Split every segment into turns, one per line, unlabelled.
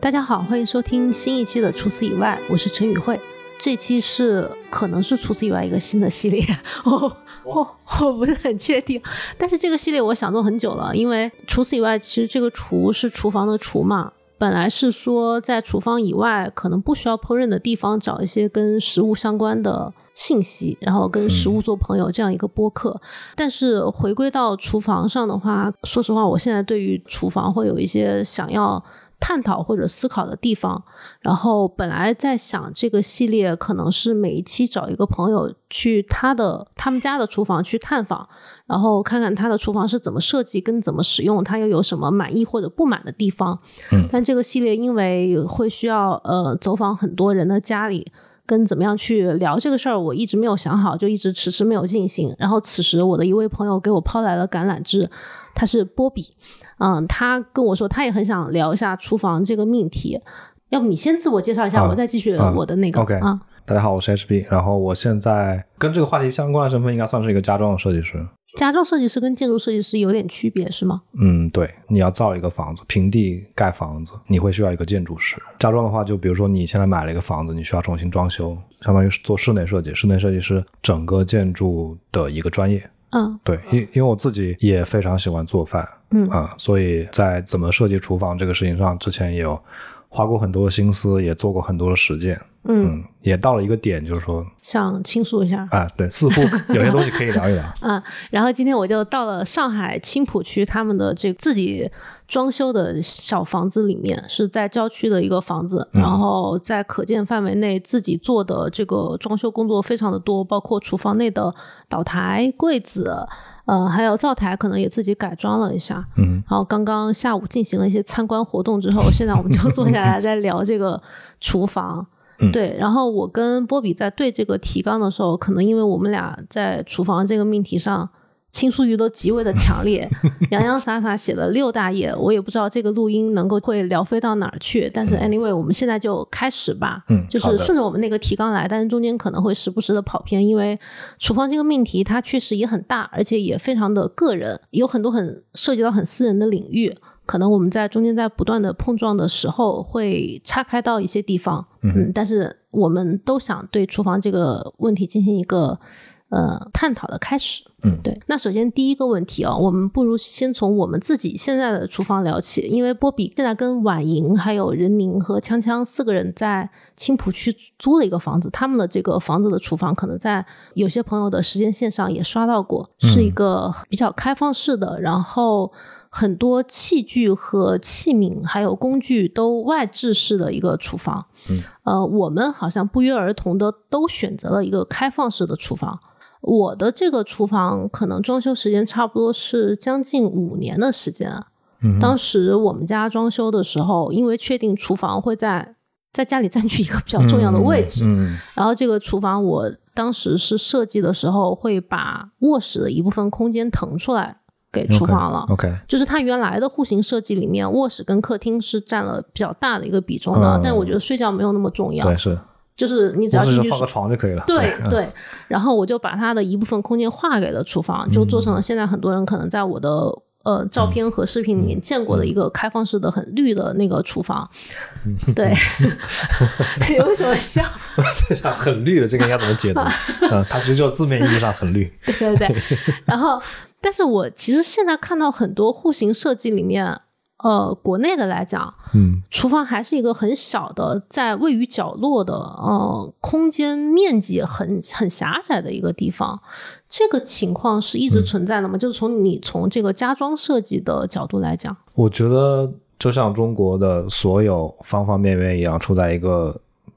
大家好，欢迎收听新一期的《除此以外》，我是陈宇慧。这期是可能是除此以外一个新的系列， 我我我不是很确定。但是这个系列我想做很久了，因为除此以外，其实这个“厨”是厨房的“厨”嘛。本来是说在厨房以外，可能不需要烹饪的地方找一些跟食物相关的信息，然后跟食物做朋友这样一个播客。但是回归到厨房上的话，说实话，我现在对于厨房会有一些想要探讨或者思考的地方。然后本来在想这个系列可能是每一期找一个朋友去他的他们家的厨房去探访，然后看看他的厨房是怎么设计跟怎么使用，他又有什么满意或者不满的地方。
嗯
但这个系列因为会需要呃走访很多人的家里。跟怎么样去聊这个事儿，我一直没有想好，就一直迟迟没有进行。然后此时，我的一位朋友给我抛来了橄榄枝，他是波比，嗯，他跟我说他也很想聊一下厨房这个命题。要不你先自我介绍一下，
啊
我再继续
啊
我的那个
OK
啊，
大家好，我是 HB，然后我现在跟这个话题相关的身份应该算是一个家装的设计师。
家装设计师跟建筑设计师有点区别是吗？
嗯，对，你要造一个房子，平地盖房子，你会需要一个建筑师。家装的话，就比如说你现在买了一个房子，你需要重新装修，相当于是做室内设计。室内设计师整个建筑的一个专业。
嗯
对，因因为我自己也非常喜欢做饭，
嗯
啊、所以在怎么设计厨房这个事情上，之前也有花过很多心思，也做过很多的实践。
嗯，
嗯，也到了一个点，就是说
想倾诉一下。
啊，对，似乎有些东西可以聊一聊。
嗯，然后今天我就到了上海青浦区他们的这个自己装修的小房子里面，是在郊区的一个房子，然后在可见范围内自己做的这个装修工作非常的多，包括厨房内的岛台、柜子，呃，还有灶台，可能也自己改装了一下。
嗯，
然后刚刚下午进行了一些参观活动之后，现在我们就 坐下来在聊这个厨房。
嗯
对，然后我跟波比在对这个提纲的时候，可能因为我们俩在厨房这个命题上倾诉欲都极为的强 烈，洋洋洒洒写了六大页，我也不知道这个录音能够会聊飞到哪儿去。但是 anyway，我们现在就开始吧，
嗯
就
好
是
的
顺着我们那个提纲来，但是中间可能会时不时的跑偏，因为厨房这个命题它确实也很大，而且也非常的个人，有很多很涉及到很私人的领域。可能我们在中间在不断的碰撞的时候，会岔开到一些地方，
嗯
嗯，但是我们都想对厨房这个问题进行一个呃探讨的开始，
嗯
对。那首先第一个问题啊、我们不如先从我们自己现在的厨房聊起，因为波比现在跟婉莹、还有任宁和锵锵四个人在青浦区租了一个房子，他们的这个房子的厨房可能在有些朋友的时间线上也刷到过，是一个比较开放式的，然后。很多器具和器皿，还有工具都外置式的一个厨房，呃，我们好像不约而同的都选择了一个开放式的厨房。我的这个厨房可能装修时间差不多是将近五年的时间啊。
嗯
当时我们家装修的时候，因为确定厨房会在在家里占据一个比较重要的位置，
嗯
然后这个厨房我当时是设计的时候会把卧室的一部分空间腾出来给厨房了。
OK，哦
就是它原来的户型设计里面，卧室跟客厅是占了比较大的一个比重的，
嗯
但我觉得睡觉没有那么重要。
对，是，
就是你只要
我只
进
是
去
放个床就可以了。
对
嗯
对，然后我就把它的一部分空间划给了厨房，就做
嗯
成了现在很多人可能在我的呃照片和视频里
嗯
面见过的一个开放式的很绿的那个厨 房。对， 你为什么笑？
我啊在想很绿的这个应该怎么 解读？嗯，它其实就是字面意义上很绿。
对对对。然后，但是我其实现在看到很多户型设计里面，呃，国内的来讲，
嗯
厨房还是一个很小的，在位于角落的，呃，空间面积很很狭窄的一个地方。这个情况是一
嗯
直存在的吗？就是从你从这个家装设计的角度来讲，
我觉得就像中国的所有方方面面一样，处在一个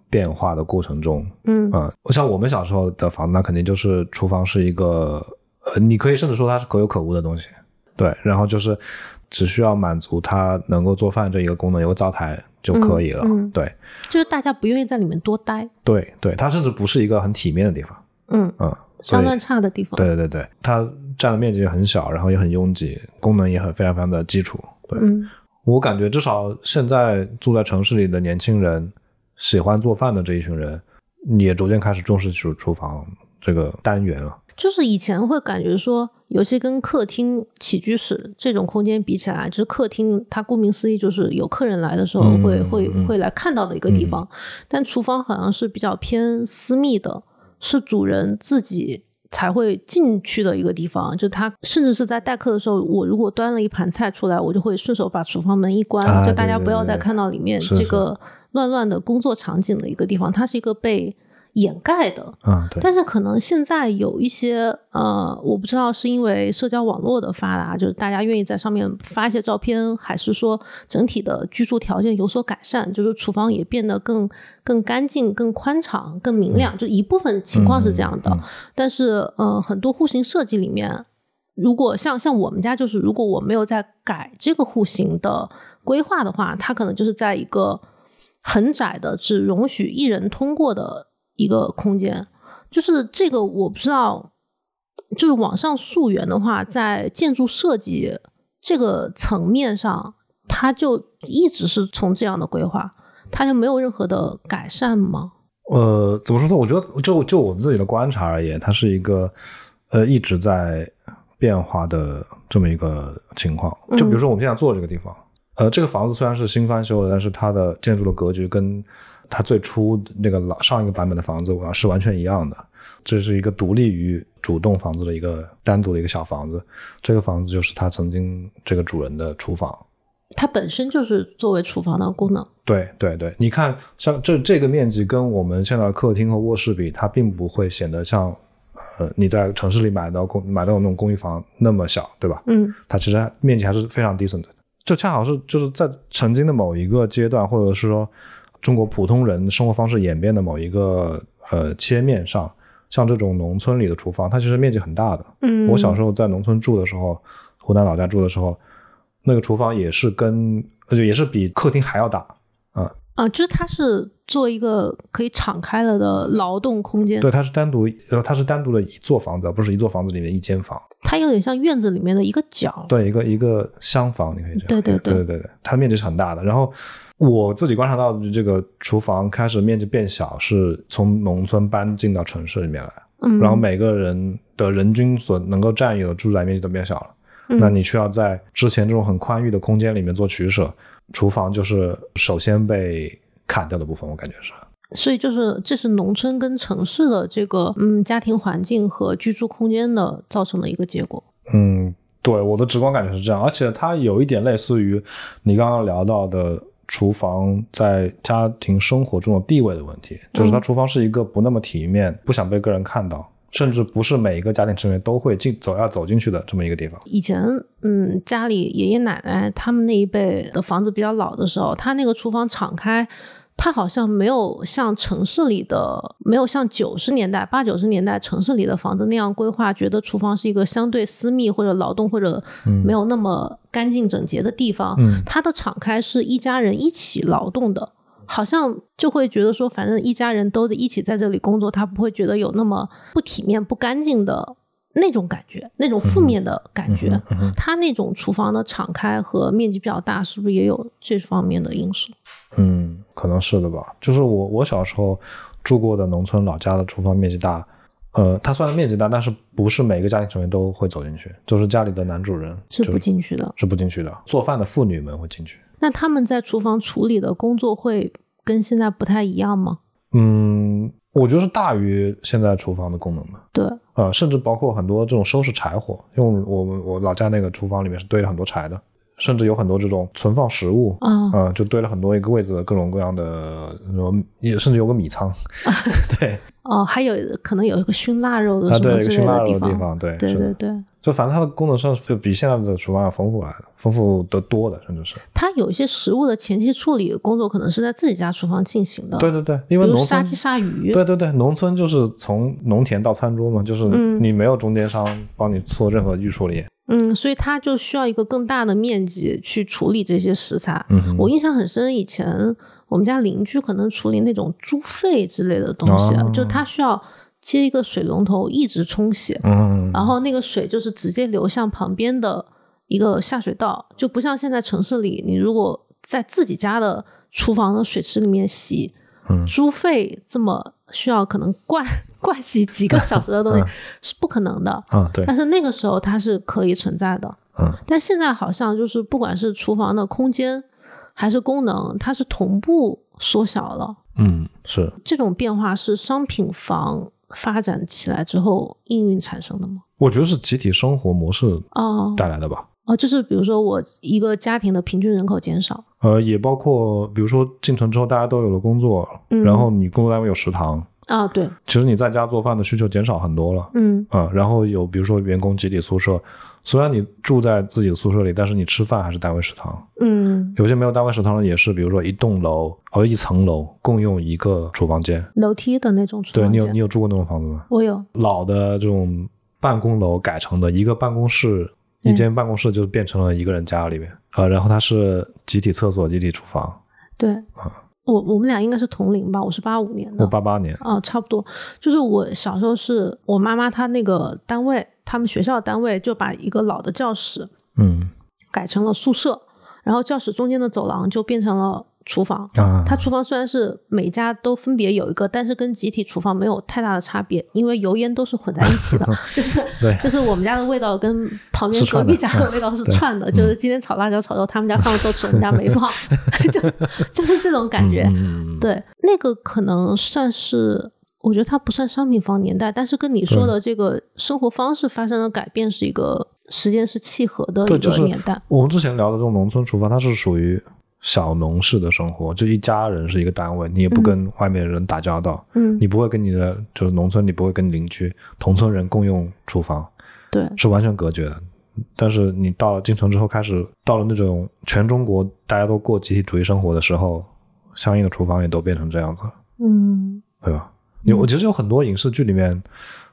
变化的过程中。
嗯
嗯，像我们小时候的房子，那肯定就是厨房是一个，呃，你可以甚至说它是可有可无的东西。对，然后就是只需要满足它能够做饭这一个功能，有个灶台就可以了。
嗯嗯
对
就是大家不愿意在里面多待，
对对，它甚至不是一个很体面的地方。
嗯，
嗯，所
脏
以
乱差的地方，
对对对对，它占的面积很小，然后也很拥挤，功能也很非常非常的基础。对，
嗯
我感觉至少现在住在城市里的年轻人，喜欢做饭的这一群人，也逐渐开始重视厨厨房这个单元了。
就是以前会感觉说尤其跟客厅、起居室这种空间比起来，就是客厅，它顾名思义就是有客人来的时候
嗯
会、
嗯
会
嗯
会来看到的一个地方。但厨房好像是比较偏私密的，是主人自己才会进去的一个地方。就他甚至是在待客的时候，我如果端了一盘菜出来，我就会顺手把厨房门一关，
啊
就大家
对对
不要再
对
看到里面
是
这个乱乱的工作场景的一个地方。它是一个被掩盖的，
嗯，对，
但是可能现在有一些呃，我不知道是因为社交网络的发达，就是大家愿意在上面发一些照片，还是说整体的居住条件有所改善，就是厨房也变得更更干净、更宽敞、更明亮，就一部分情况是这样的。
嗯嗯
但是呃，很多户型设计里面，如果像像我们家就是，如果我没有在改这个户型的规划的话，它可能就是在一个很窄的，只容许一人通过的一个空间。就是这个我不知道，就是网上溯源的话，在建筑设计这个层面上，它就一直是从这样的规划，它就没有任何的改善吗？
呃，怎么说呢？我觉得就就我自己的观察而言，它是一个呃一直在变化的这么一个情况。就比如说我们现在坐这个地方，呃，这个房子虽然是新翻修的，但是它的建筑的格局跟它最初那个老上一个版本的房子我是完全一样的。这是一个独立于主栋房子的一个单独的一个小房子，这个房子就是它曾经这个主人的厨房。
它本身就是作为厨房的功能。
对对对，你看，像这这个面积跟我们现在的客厅和卧室比，它并不会显得像，呃，你在城市里买到公买到那种公寓房那么小，对吧？
嗯
它其实面积还是非常 decent 的。就恰好是就是在曾经的某一个阶段，或者是说中国普通人生活方式演变的某一个呃切面上，像这种农村里的厨房，它其实面积很大的。
嗯
我小时候在农村住的时候，湖南老家住的时候，那个厨房也是跟呃也是比客厅还要大。
啊，就是它是做一个可以敞开了的劳动空间，
对，它是单独，呃，它是单独的一座房子，而不是一座房子里面一间房。
它有点像院子里面的一个角。
对，一个一个厢房，你可以这样。
对对对
对对对，它面积是很大的。然后我自己观察到的这个厨房开始面积变小，是从农村搬进到城市里面来，
嗯，
然后每个人的人均所能够占有的住宅面积都变小了。
嗯
那你需要在之前这种很宽裕的空间里面做取舍，厨房就是首先被砍掉的部分，我感觉是。
所以就是这是农村跟城市的这个嗯家庭环境和居住空间的造成的一个结果。
嗯，对，我的直观感觉是这样，而且它有一点类似于你刚刚聊到的厨房在家庭生活中的地位的问题，
嗯
就是它厨房是一个不那么体面、不想被个人看到，甚至不是每一个家庭成员都会进走要走进去的这么一个地方。
以前嗯家里爷爷奶奶他们那一辈的房子比较老的时候，他那个厨房敞开。它好像没有像城市里的，没有像九十年代、八九十年代城市里的房子那样规划，觉得厨房是一个相对私密或者劳动或者没有那么干净整洁的地方。
嗯
它的敞开是一家人一起劳动的，好像就会觉得说，反正一家人都一起在这里工作，他不会觉得有那么不体面、不干净的那种感觉，那种负面的感觉。
嗯哼
他那种厨房的敞开和面积比较大，是不是也有这方面的因素？
嗯，可能是的吧。就是我我小时候住过的农村老家的厨房面积大，呃，它虽然面积大，但是不是每个家庭成员都会走进去，就是家里的男主人
是
就
不进去的。
是不进去的，做饭的妇女们会进去。
那他们在厨房处理的工作会跟现在不太一样吗？
嗯，我觉得是大于现在厨房的功能的，
对，
呃，甚至包括很多这种收拾柴火，因为我们我们我老家那个厨房里面是堆了很多柴的，甚至有很多这种存放食物，
啊、
呃，就堆了很多一个柜子的各种各样的，什么也甚至有个米仓，对
哦，还有可能有一个熏腊肉的
啊，
什么
对，一个
之
熏
类
腊
的
肉
地
的地
方。
方，对，
对
是
对
的，
对，
就反正它的功能上是比现在的厨房要丰富来的，丰富的多的，甚至是，
它有一些食物的前期处理工作可能是在自己家厨房进行的，
对对对，因
比
为
如
农
杀
村
鸡杀鱼，
对对对，农村就是从农田到餐桌嘛，就是
嗯
你没有中间商帮你做任何预处理。
嗯，所以它就需要一个更大的面积去处理这些食材。
嗯哼
我印象很深，以前我们家邻居可能处理那种猪肺之类的东西，啊
哦
就它需要接一个水龙头一直冲洗，
嗯，
然后那个水就是直接流向旁边的一个下水道，就不像现在城市里，你如果在自己家的厨房的水池里面洗
嗯
猪肺这么需要可能灌 灌洗几个小时的东西
嗯
是不可能的。
啊，对，
但是那个时候它是可以存在的，
嗯
但现在好像就是不管是厨房的空间还是功能，它是同步缩小了。
嗯是，
这种变化是商品房发展起来之后应运产生的吗？
我觉得是集体生活模式
哦
带来的吧。
哦，就是比如说我一个家庭的平均人口减少，
呃，也包括比如说进城之后，大家都有了工作，
嗯
然后你工作单位有食堂，
啊，对，
其实你在家做饭的需求减少很多了。
嗯
啊、然后有比如说员工集体宿舍，虽然你住在自己的宿舍里，但是你吃饭还是单位食堂。
嗯，
有些没有单位食堂的也是，比如说一栋楼，哦一层楼共用一个厨房间。
楼梯的那种厨
对
房
你
间，
有你有住过那种房子吗？
我有，
老的这种办公楼改成的一个办公室，
嗯
一间办公室就变成了一个人家里面啊、呃然后它是集体厕所、集体厨房。
对，我我们俩应该是同龄吧，我是八五年
啊我
的，
八八年，
啊，差不多，就是我小时候是我妈妈她那个单位，他们学校单位就把一个老的教室
嗯
改成了宿舍，然后教室中间的走廊就变成了厨房，
啊，
它厨房虽然是每家都分别有一个，但是跟集体厨房没有太大的差别，因为油烟都是混在一起 的，就是
对
就是我们家的味道跟旁边
是
隔
串的嗯
壁家的味道是串的，就是今天炒辣椒炒肉，他们家放豆豉，我们家没 放， 就就是这种感觉。
嗯嗯嗯
对，那个可能算是，我觉得它不算商品房年代，但是跟你说的这个生活方式发生了改变，是一个时间是契合的
对
一
就
个
是
年代。
我们之前聊的这种农村厨房，它是属于小农式的生活，就一家人是一个单位，你也不跟外面人打交道，
嗯，
你不会跟你的就是农村，你不会跟邻居同村人共用厨房，
对，
是完全隔绝的。但是你到了京城之后，开始到了那种全中国大家都过集体主义生活的时候，相应的厨房也都变成这样子了。
嗯
对吧？有，我其实有很多影视剧里面，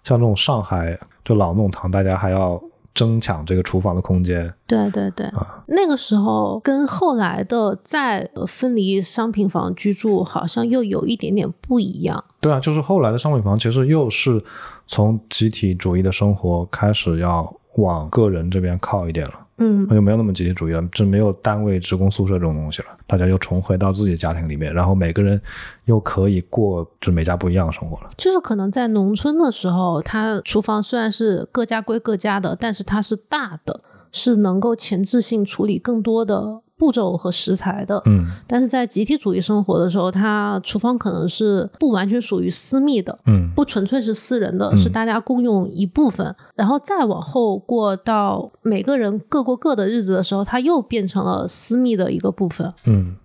像这种上海就老弄堂，大家还要争抢这个厨房的空间。
对对对，那个时候跟后来的再呃分离商品房居住，好像又有一点点不一样。
对啊，就是后来的商品房其实又是从集体主义的生活开始要往个人这边靠一点了，
嗯
那就没有那么集体主义了，这没有单位职工宿舍这种东西了，大家又重回到自己家庭里面，然后每个人又可以过就每家不一样的生活了。
就是可能在农村的时候，它厨房虽然是各家归各家的，但是它是大的，是能够前置性处理更多的步骤和食材的。
嗯
但是在集体主义生活的时候，它厨房可能是不完全属于私密的，
嗯
不纯粹是私人的，是大家共用一部分。然后再往后过到每个人各过各的日子的时候，它又变成了私密的一个部分。
嗯，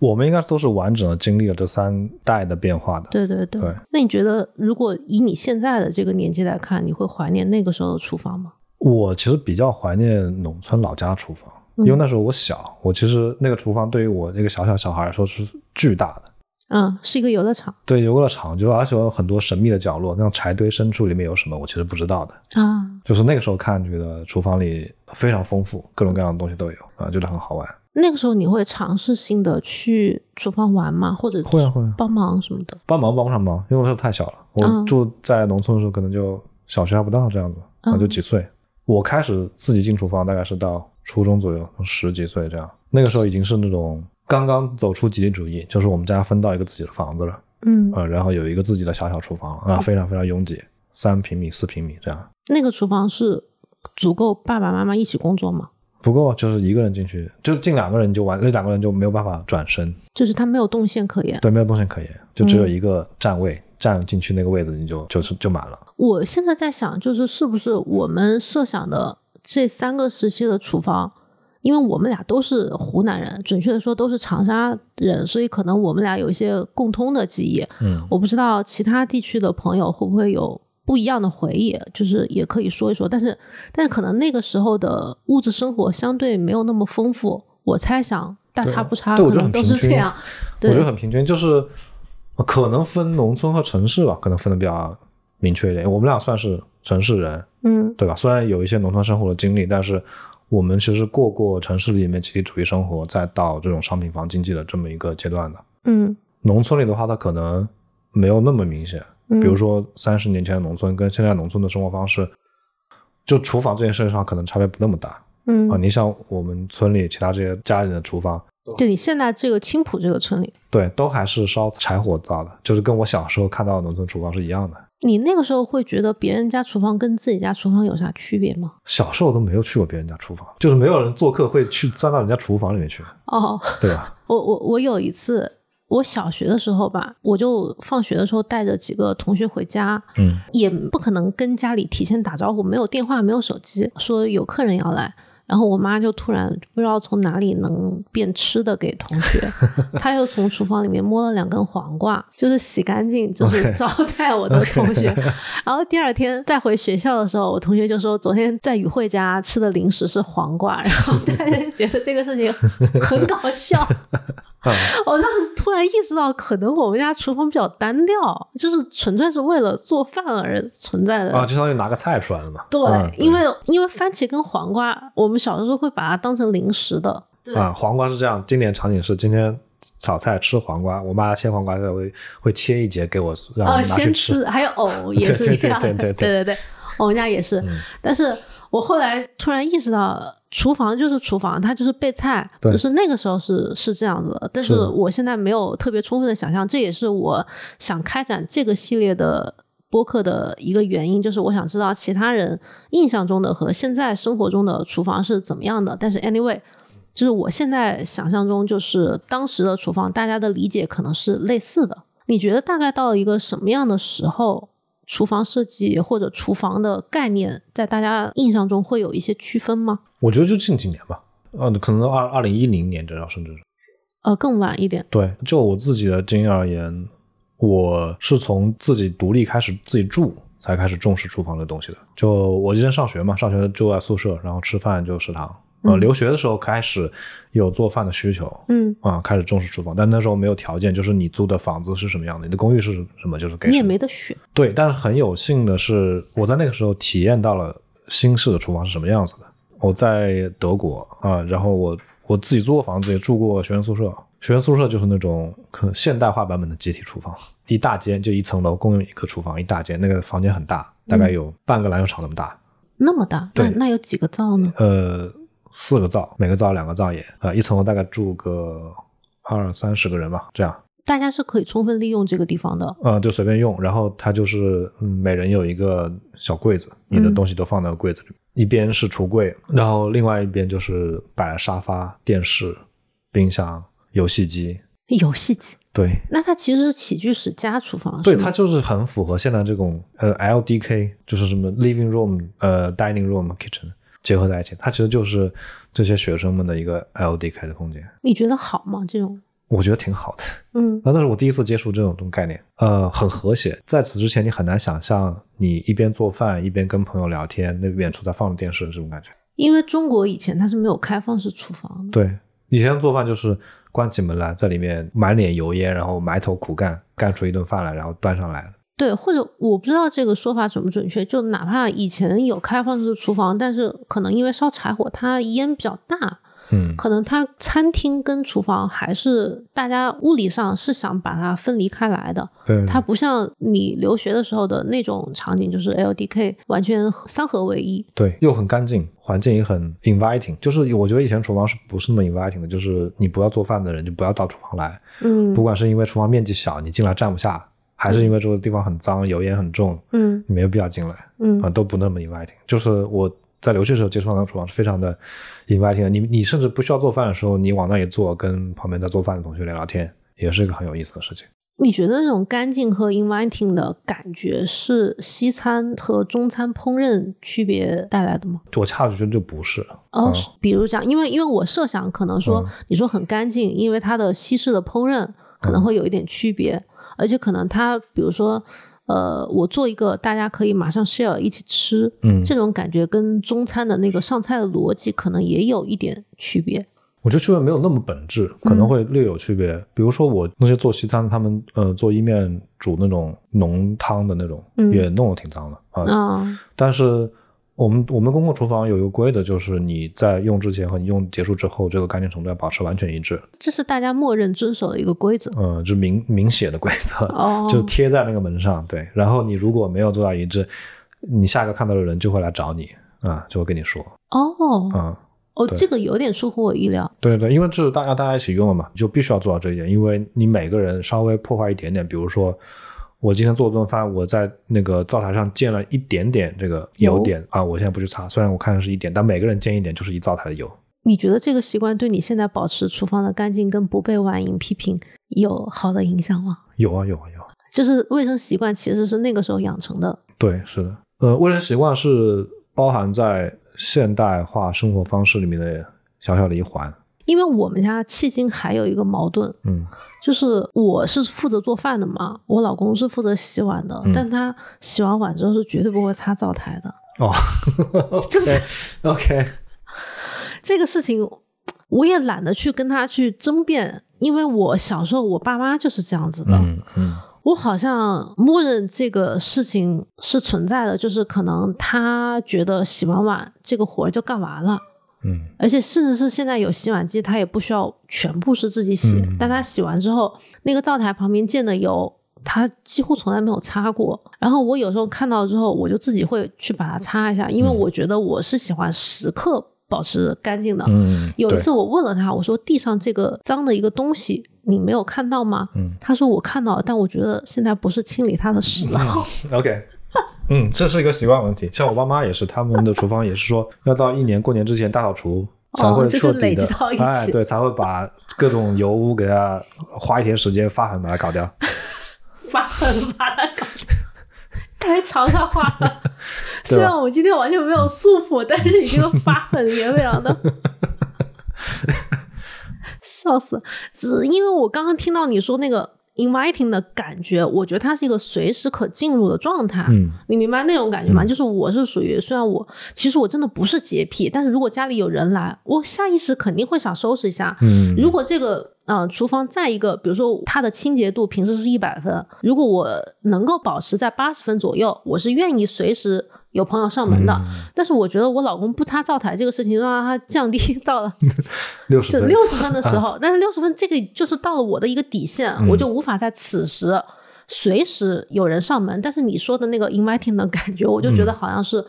我们应该都是完整的经历了这三代的变化的。
对对对。
对
那你觉得，如果以你现在的这个年纪来看，你会怀念那个时候的厨房吗？
我其实比较怀念农村老家厨房，因为那时候我小，我其实那个厨房对于我那个小小小孩来说是巨大的。
嗯，是一个游乐场
对游乐场，就而且有很多神秘的角落，那种柴堆深处里面有什么，我其实不知道的。
啊。
就是那个时候看，觉得厨房里非常丰富，各种各样的东西都有啊、觉得很好玩。
那个时候你会尝试性的去厨房玩吗？或者
会啊会啊，
帮忙什么的？
帮忙帮不上忙，因为我那时候太小了，
嗯
我住在农村的时候可能就小学还不到这样子，
嗯
啊就几岁。我开始自己进厨房大概是到初中左右，十几岁这样。那个时候已经是那种刚刚走出集体主义，就是我们家分到一个自己的房子了，
嗯，
呃，然后有一个自己的小小厨房了，啊，非常非常拥挤，三平米四平米这样。
那个厨房是足够爸爸妈妈一起工作吗？
不过就是一个人进去，就进两个人就完，那两个人就没有办法转身，
就是它没有动线可言。
对，没有动线可言，就
嗯
只有一个站位，站进去那个位置你就就是就满了。
我现在在想，就是是不是我们设想的这三个时期的厨房，因为我们俩都是湖南人，准确的说都是长沙人，所以可能我们俩有一些共通的记忆。
嗯，
我不知道其他地区的朋友会不会有不一样的回忆，就是也可以说一说。但是，但是可能那个时候的物质生活相对没有那么丰富，我猜想大差不差，
对我
可
觉得
能
很
都
平
是这
均
样。
我觉得
对，
很平均，就是呃可能分农村和城市吧，可能分的比较明确一点。我们俩算是城市人，
嗯
对吧？虽然有一些农村生活的经历，但是我们其实过过城市里面集体主义生活，再到这种商品房经济的这么一个阶段的。
嗯
农村里的话，它可能没有那么明显。
嗯，
比如说三十年前的农村跟现在农村的生活方式，就厨房这件事情上可能差别不那么大。
嗯
啊，你像我们村里其他这些家里的厨房，
就你现在这个青浦这个村里，
对，都还是烧柴火灶的，就是跟我小时候看到的农村厨房是一样的。
你那个时候会觉得别人家厨房跟自己家厨房有啥区别吗？
小时候都没有去过别人家厨房，就是没有人做客会去钻到人家厨房里面去，
哦，
对吧？
我我我有一次，我小学的时候吧，我就放学的时候带着几个同学回家，
嗯，
也不可能跟家里提前打招呼，没有电话，没有手机，说有客人要来。然后我妈就突然不知道从哪里能变吃的给同 学，她又从厨房里面摸了两根黄瓜，就是洗干净，就是
OK
招待我的同学。 然后第二天再回学校的时候，我同学就说昨天在宇慧家吃的零食是黄瓜，然后 大家就觉得这个事情很搞笑。 我当时突然意识到，可能我们家厨房比较单调，就是纯粹是为了做饭而存在的
啊，就相当于拿个菜出来了嘛。
对，
嗯
因为因为番茄跟黄瓜，我们小时候会把它当成零食的。
啊、黄瓜是这样，经典场景是今天炒菜吃黄瓜，我妈切黄瓜会会切一节给我，让我
呃，
拿去
先
吃。
吃， 还有藕也是这样的。
对对对对对嗯对
对我们家也是。但是我后来突然意识到，厨房就是厨房，它就是备菜，
对
就是那个时候是是这样子的。但是
是的
我现在没有特别充分的想象，这也是我想开展这个系列的。播客的一个原因就是，我想知道其他人印象中的和现在生活中的厨房是怎么样的。但是，anyway，就是我现在想象中，就是当时的厨房，大家的理解可能是类似的。你觉得大概到一个什么样的时候，厨房设计或者厨房的概念在大家印象中会有一些区分吗？
我觉得就近几年吧，呃，可能二二零一零年这样，甚至是
呃，更晚一点，
对。就我自己的经验而言，我是从自己独立开始自己住，才开始重视厨房这东西的。就我之前上学嘛，上学就在宿舍，然后吃饭就食堂。呃，
嗯
留学的时候开始有做饭的需求，
嗯，
啊、开始重视厨房，但那时候没有条件，就是你租的房子是什么样的，你的公寓是什么，就是给
你也
什么
没得选，
对，但是很有幸的是，我在那个时候体验到了新式的厨房是什么样子的。我在德国啊、然后我我自己租过房子，也住过学生宿舍。学生宿舍就是那种可能现代化版本的集体厨房，一大间就一层楼共用一个厨房，一大间，那个房间很大，大概有半个篮球场那么大，
那么大，那
对
那有几个灶呢？
呃，四个灶，每个灶两个灶也，呃，一层楼大概住个二三十个人吧，这样。
大家是可以充分利用这个地方的，
呃，就随便用。然后它就是、嗯、每人有一个小柜子，你的
嗯
东西都放到柜子里，一边是橱柜，然后另外一边就是摆了沙发、电视、冰箱、游戏机。
游戏机。
对，
那它其实是起居室加厨房，啊
对，
是吗
它就是很符合现在这种呃 LDK，就是什么 living room、呃 dining room、kitchen 结合在一起，它其实就是这些学生们的一个 LDK 的空间，
你觉得好吗？这种，
我觉得挺好的。
嗯，
那那是我第一次接触这种这种概念，呃，很和谐。在此之前，你很难想象你一边做饭一边跟朋友聊天，那远处在放着电视这种感觉。
因为中国以前它是没有开放式厨房的，
对，以前做饭就是关起门来，在里面满脸油烟，然后埋头苦干，干出一顿饭来，然后端上来。
对，或者我不知道这个说法准不准确，就哪怕以前有开放式厨房，但是可能因为烧柴火，它烟比较大，
嗯，
可能它餐厅跟厨房还是大家物理上是想把它分离开来的，
对，
它不像你留学的时候的那种场景，就是 LDK 完全三合为一。
对，又很干净，环境也很 inviting。就是我觉得以前厨房是不是那么 inviting 的？就是你不要做饭的人就不要到厨房来，
嗯
不管是因为厨房面积小，你进来站不下，还是因为这个地方很脏，油烟很重，
嗯
你没有必要进来。啊、
嗯，
都不那么 inviting。就是我在留学时候接触到的厨房是非常的 inviting 的，你你甚至不需要做饭的时候，你往那一坐，跟旁边在做饭的同学聊聊天，也是一个很有意思的事情。
你觉得那种干净和 inviting 的感觉是西餐和中餐烹饪区别带来的吗？
就我恰恰觉得就不是，
哦，
嗯
是比如讲，因为因为我设想可能说，你说很干净，因为它的西式的烹饪可
嗯
能会有一点区别，而且可能它比如说，呃，我做一个大家可以马上 share 一起吃，
嗯
这种感觉跟中餐的那个上菜的逻辑可能也有一点区别。
我觉得区别没有那么本质，可
嗯
能会略有区别。比如说我那些做西餐，他们呃做意面煮那种浓汤的那种，
嗯
也弄得挺脏的啊、
啊，
但是我们我们公共厨房有一个规的，就是你在用之前和你用结束之后，这个干净程度要保持完全一致。
这是大家默认遵守的一个规则。
嗯，就明明写的规则，
哦，
啊就贴在那个门上。对，然后你如果没有做到一致，你下一个看到的人就会来找你啊、就会跟你说
哦，
啊、
哦，
对
这个有点出乎我意料。
对对，因为这是大家大家一起用的嘛，你就必须要做到这一点，因为你每个人稍微破坏一点点，比如说我今天做顿饭，我在那个灶台上溅了一点点这个油
油
点啊，我现在不去擦，虽然我看是一点，但每个人溅一点就是一灶台的油。
你觉得这个习惯对你现在保持厨房的干净跟不被外营批评有好的影响吗？
有啊有啊有啊，
就是卫生习惯其实是那个时候养成的，
对，是的，呃，卫生习惯是包含在现代化生活方式里面的小小的一环。
因为我们家迄今还有一个矛盾，
嗯，
就是我是负责做饭的嘛，我老公是负责洗碗的，
嗯
但他洗完碗之后是绝对不会擦灶台的。
哦，
就是
OK，
这个事情，我也懒得去跟他去争辩，因为我小时候我爸妈就是这样子的，
嗯嗯
我好像默认这个事情是存在的，就是可能他觉得洗完碗这个活儿就干完了。
嗯，
而且甚至是现在有洗碗机，他也不需要全部是自己洗，
嗯
但他洗完之后，那个灶台旁边溅的油，他几乎从来没有擦过。然后我有时候看到之后，我就自己会去把它擦一下，
嗯
因为我觉得我是喜欢时刻保持干净的。
嗯，
有一
对
次我问了他，我说地上这个脏的一个东西，你没有看到吗？
嗯
他说我看到了，但我觉得现在不是清理它的时候。
OK，嗯，这是一个习惯问题。像我爸妈也是，他们的厨房也是说要到一年过年之前大扫除。才
哦
会
就是
彻底
累
的，
积到一起
哎，对，才会把各种油污给它花一天时间发狠把它搞掉。
发狠把它搞太长沙话 了。
对吧
虽然我们今天完全没有诉苦，但是你这个发狠也非常的 笑死。只因为我刚刚听到你说那个 inviting 的感觉，我觉得它是一个随时可进入的状态。
嗯，
你明白那种感觉吗？就是我是属于，虽然我其实我真的不是洁癖，但是如果家里有人来，我下意识肯定会想收拾一下。
嗯
如果这个呃厨房在一个，比如说它的清洁度平时是一百分，如果我能够保持在八十分左右，我是愿意随时有朋友上门
嗯
的。但是我觉得我老公不擦灶台这个事情，让他降低 到了
六十
就
分，
六十分的时 候，但是六十分这个就是到了我的一个底线，我
嗯
就无法在此时随时有人上门。但是你说的那个 inviting 的感觉，我就觉得好像是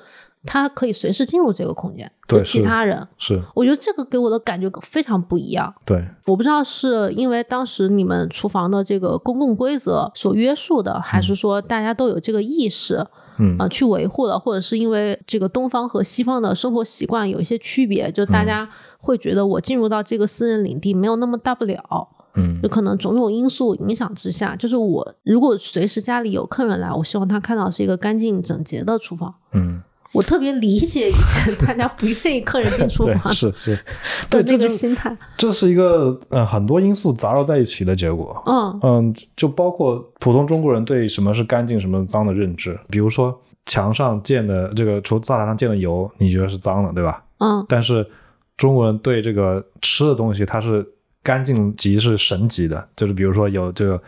他可以随时进入这个空间，
嗯对
就其
是
他人。
是
我觉得这个给我的感觉非常不一样。
对，
我不知道是因为当时你们厨房的这个公共规则所约束的，还是说大家都有这个意识，
嗯
呃，去维护的，或者是因为这个东方和西方的生活习惯有一些区别，就
嗯
大家会觉得我进入到这个私人领地没有那么大不了，
嗯
有可能种种因素影响之下，就是我如果随时家里有客人来，我希望他看到是一个干净整洁的厨房。
嗯，
我特别理解以前 大家不愿意客人进厨
对，
房
是是，
的
对，
那
这
个
就
心态，
这是一个呃很多因素杂糅在一起的结果。
嗯
嗯，就包括普通中国人对什么是干净、什么脏的认知，比如说墙上溅的这个除灶台上溅的油，你觉得是脏的，对吧？
嗯，
但是中国人对这个吃的东西，它是干净级是神级的，就是比如说有这个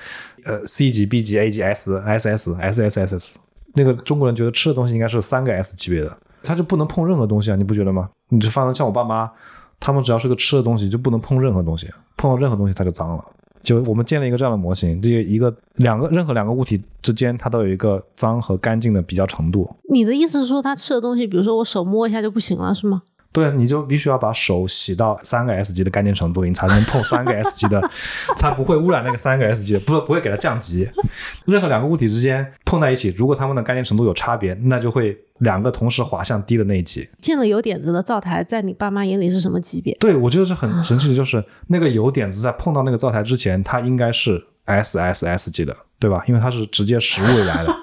呃 C 级、B 级、A 级、S、SS、SSSS，那个中国人觉得吃的东西应该是三个 S 级别的，他就不能碰任何东西啊，你不觉得吗？你就反正像我爸妈，他们只要是个吃的东西就不能碰任何东西，碰到任何东西它就脏了。就我们建了一个这样的模型，这个一个两个任何两个物体之间，它都有一个脏和干净的比较程度。
你的意思是说他吃的东西，比如说我手摸一下就不行了，是吗？
对，啊你就必须要把手洗到三个 S 级的干净程度，你才能碰三个 S 级的，才不会污染那个三个 S 级的，不不会给它降级。任何两个物体之间碰在一起，如果它们的干净程度有差别，那就会两个同时滑向低的那一级。
进了有点子的灶台，在你爸妈眼里是什么级别？
对我觉得是很神奇的，就是那个油点子在碰到那个灶台之前，它应该是 S S S 级的，对吧？因为它是直接食物里来的。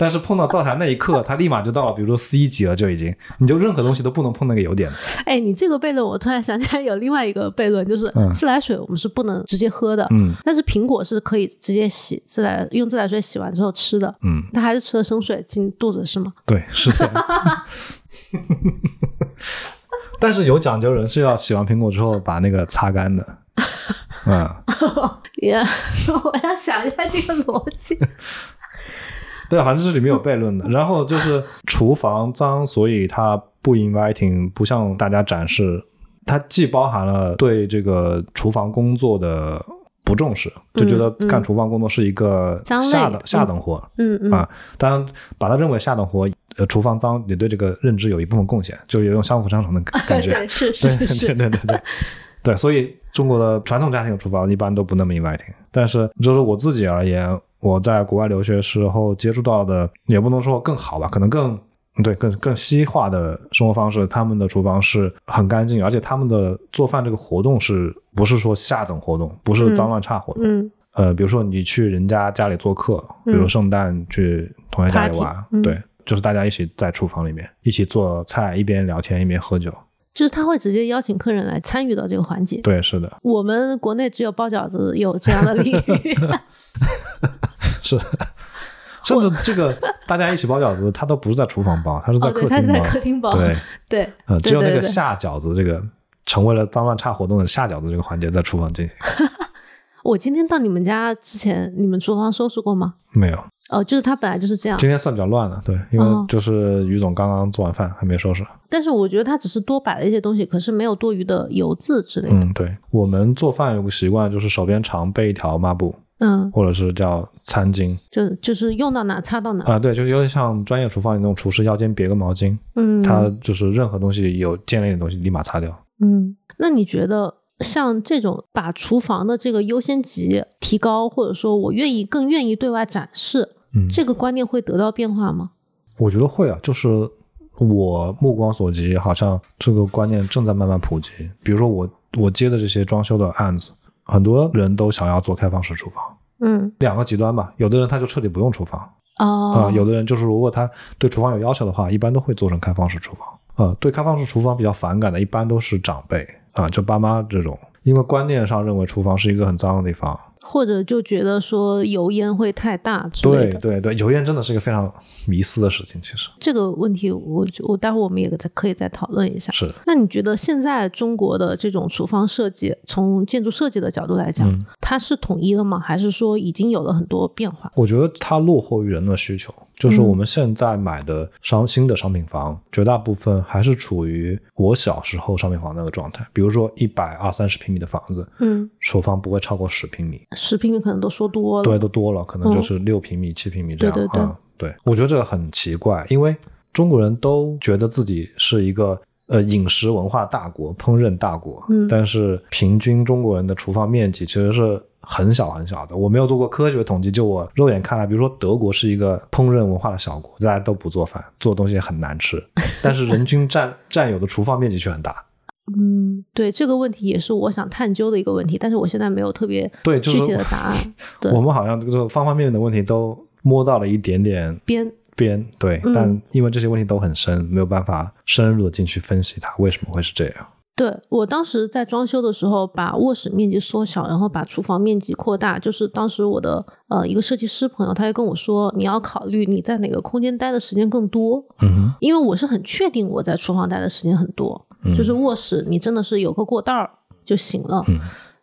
但是碰到灶台那一刻，它立马就到了，比如说 C 级了，就已经，你就任何东西都不能碰那个油点子。
哎，你这个悖论，我突然想起来有另外一个悖论，就是
嗯
自来水我们是不能直接喝的，
嗯
但是苹果是可以直接洗自来用自来水洗完之后吃的，
嗯，
它还是吃了生水进肚子 是吗？
对，是的。 但是有讲究人是要洗完苹果之后把那个擦干的，嗯，
也、我要 想一下这个逻辑。
对，反正这是里面有悖论的。然后就是厨房脏，所以它不 inviting，不向大家展示。它既包含了对这个厨房工作的不重视，就觉得干厨房工作是一个
脏类
下等、
嗯
下等活，
嗯嗯
啊，当然把它认为下等活呃厨房脏也对这个认知有一部分贡献，就是有一种相辅相成的感觉。
对，是是
对对
是，
对对 对对，所以中国的传统家庭的厨房一般都不那么 inviting。但是就是我自己而言，我在国外留学时候接触到的，也不能说更好吧，可能更对更更西化的生活方式，他们的厨房是很干净，而且他们的做饭这个活动是不是说下等活动，不是脏乱差活动。
嗯
呃，比如说你去人家家里做客，比如
嗯
圣诞去同学家里
Party，
玩，
嗯
对，就是大家一起在厨房里面一起做菜，一边聊天一边喝酒。
就是他会直接邀请客人来参与到这个环节。
对，是的。
我们国内只有包饺子有这样的礼仪，
是，甚至这个大家一起包饺子，他都不是在厨房包，他是在
哦，对，
客
他是
厅
在
包。
客厅包，
对，
对，
呃，只有那
对
个
对对
下饺子这个成为了脏乱差活动的下饺子这个环节在厨房进行，
我今天到你们家之前，你们厨房收拾过吗？
没有。
哦，就是它本来就是这样，
今天算比较乱了，对，因
哦
为就是于总刚刚做完饭还没收拾。
但是我觉得它只是多摆了一些东西，可是没有多余的油渍之类的。
嗯，对，我们做饭有个习惯，就是手边常备一条抹布，
嗯，
或者是叫餐巾
就就是用到哪擦到哪。
啊、对，就是有点像专业厨房里那种厨师腰间别个毛巾，
嗯，
他就是任何东西有溅了一点东西立马擦掉。
嗯，那你觉得像这种把厨房的这个优先级提高，或者说我愿意更愿意对外展示，
嗯，
这个观念会得到变化吗？
我觉得会啊，就是我目光所及，好像这个观念正在慢慢普及。比如说我我接的这些装修的案子，很多人都想要做开放式厨房，
嗯，
两个极端吧。有的人他就彻底不用厨房
哦，
啊、有的人就是如果他对厨房有要求的话，一般都会做成开放式厨房。啊、对开放式厨房比较反感的，一般都是长辈啊、就爸妈这种，因为观念上认为厨房是一个很脏的地方。
或者就觉得说油烟会太大之类
对
的。
对对，油烟真的是一个非常迷思的事情，其实
这个问题我，我待会我们也再可以再讨论一下。
是。
那你觉得现在中国的这种厨房设计，从建筑设计的角度来讲，
嗯
它是统一的吗？还是说已经有了很多变化？
我觉得它落后于人的需求，就是我们现在买的商新的商品房，绝大部分还是处于我小时候商品房那个状态。比如说一百二三十平米的房子，
嗯，
首房不会超过十平米，
十平米可能都说多了。
对，都多了，可能就是六平米、七平米这
嗯
样。
对对对
嗯对，我觉得这个很奇怪，因为中国人都觉得自己是一个。呃，饮食文化大国，烹饪大国，
嗯
但是平均中国人的厨房面积其实是很小很小的。我没有做过科学统计，就我肉眼看来，比如说德国是一个烹饪文化的小国，大家都不做饭，做东西也很 难吃，但是人均占占有的厨房面积却很大。
嗯，对，这个问题也是我想探究的一个问题，但是我现在没有特别
对就是
具体的答案。对
我们好像这个方方面面的问题都摸到了一点点
边
边对，
嗯
但因为这些问题都很深，没有办法深入的进去分析它为什么会是这样。
对我当时在装修的时候，把卧室面积缩小，然后把厨房面积扩大。就是当时我的呃一个设计师朋友，他就跟我说，你要考虑你在哪个空间待的时间更多，
嗯哼，
因为我是很确定我在厨房待的时间很多，
嗯
就是卧室你真的是有个过道儿就行了。
嗯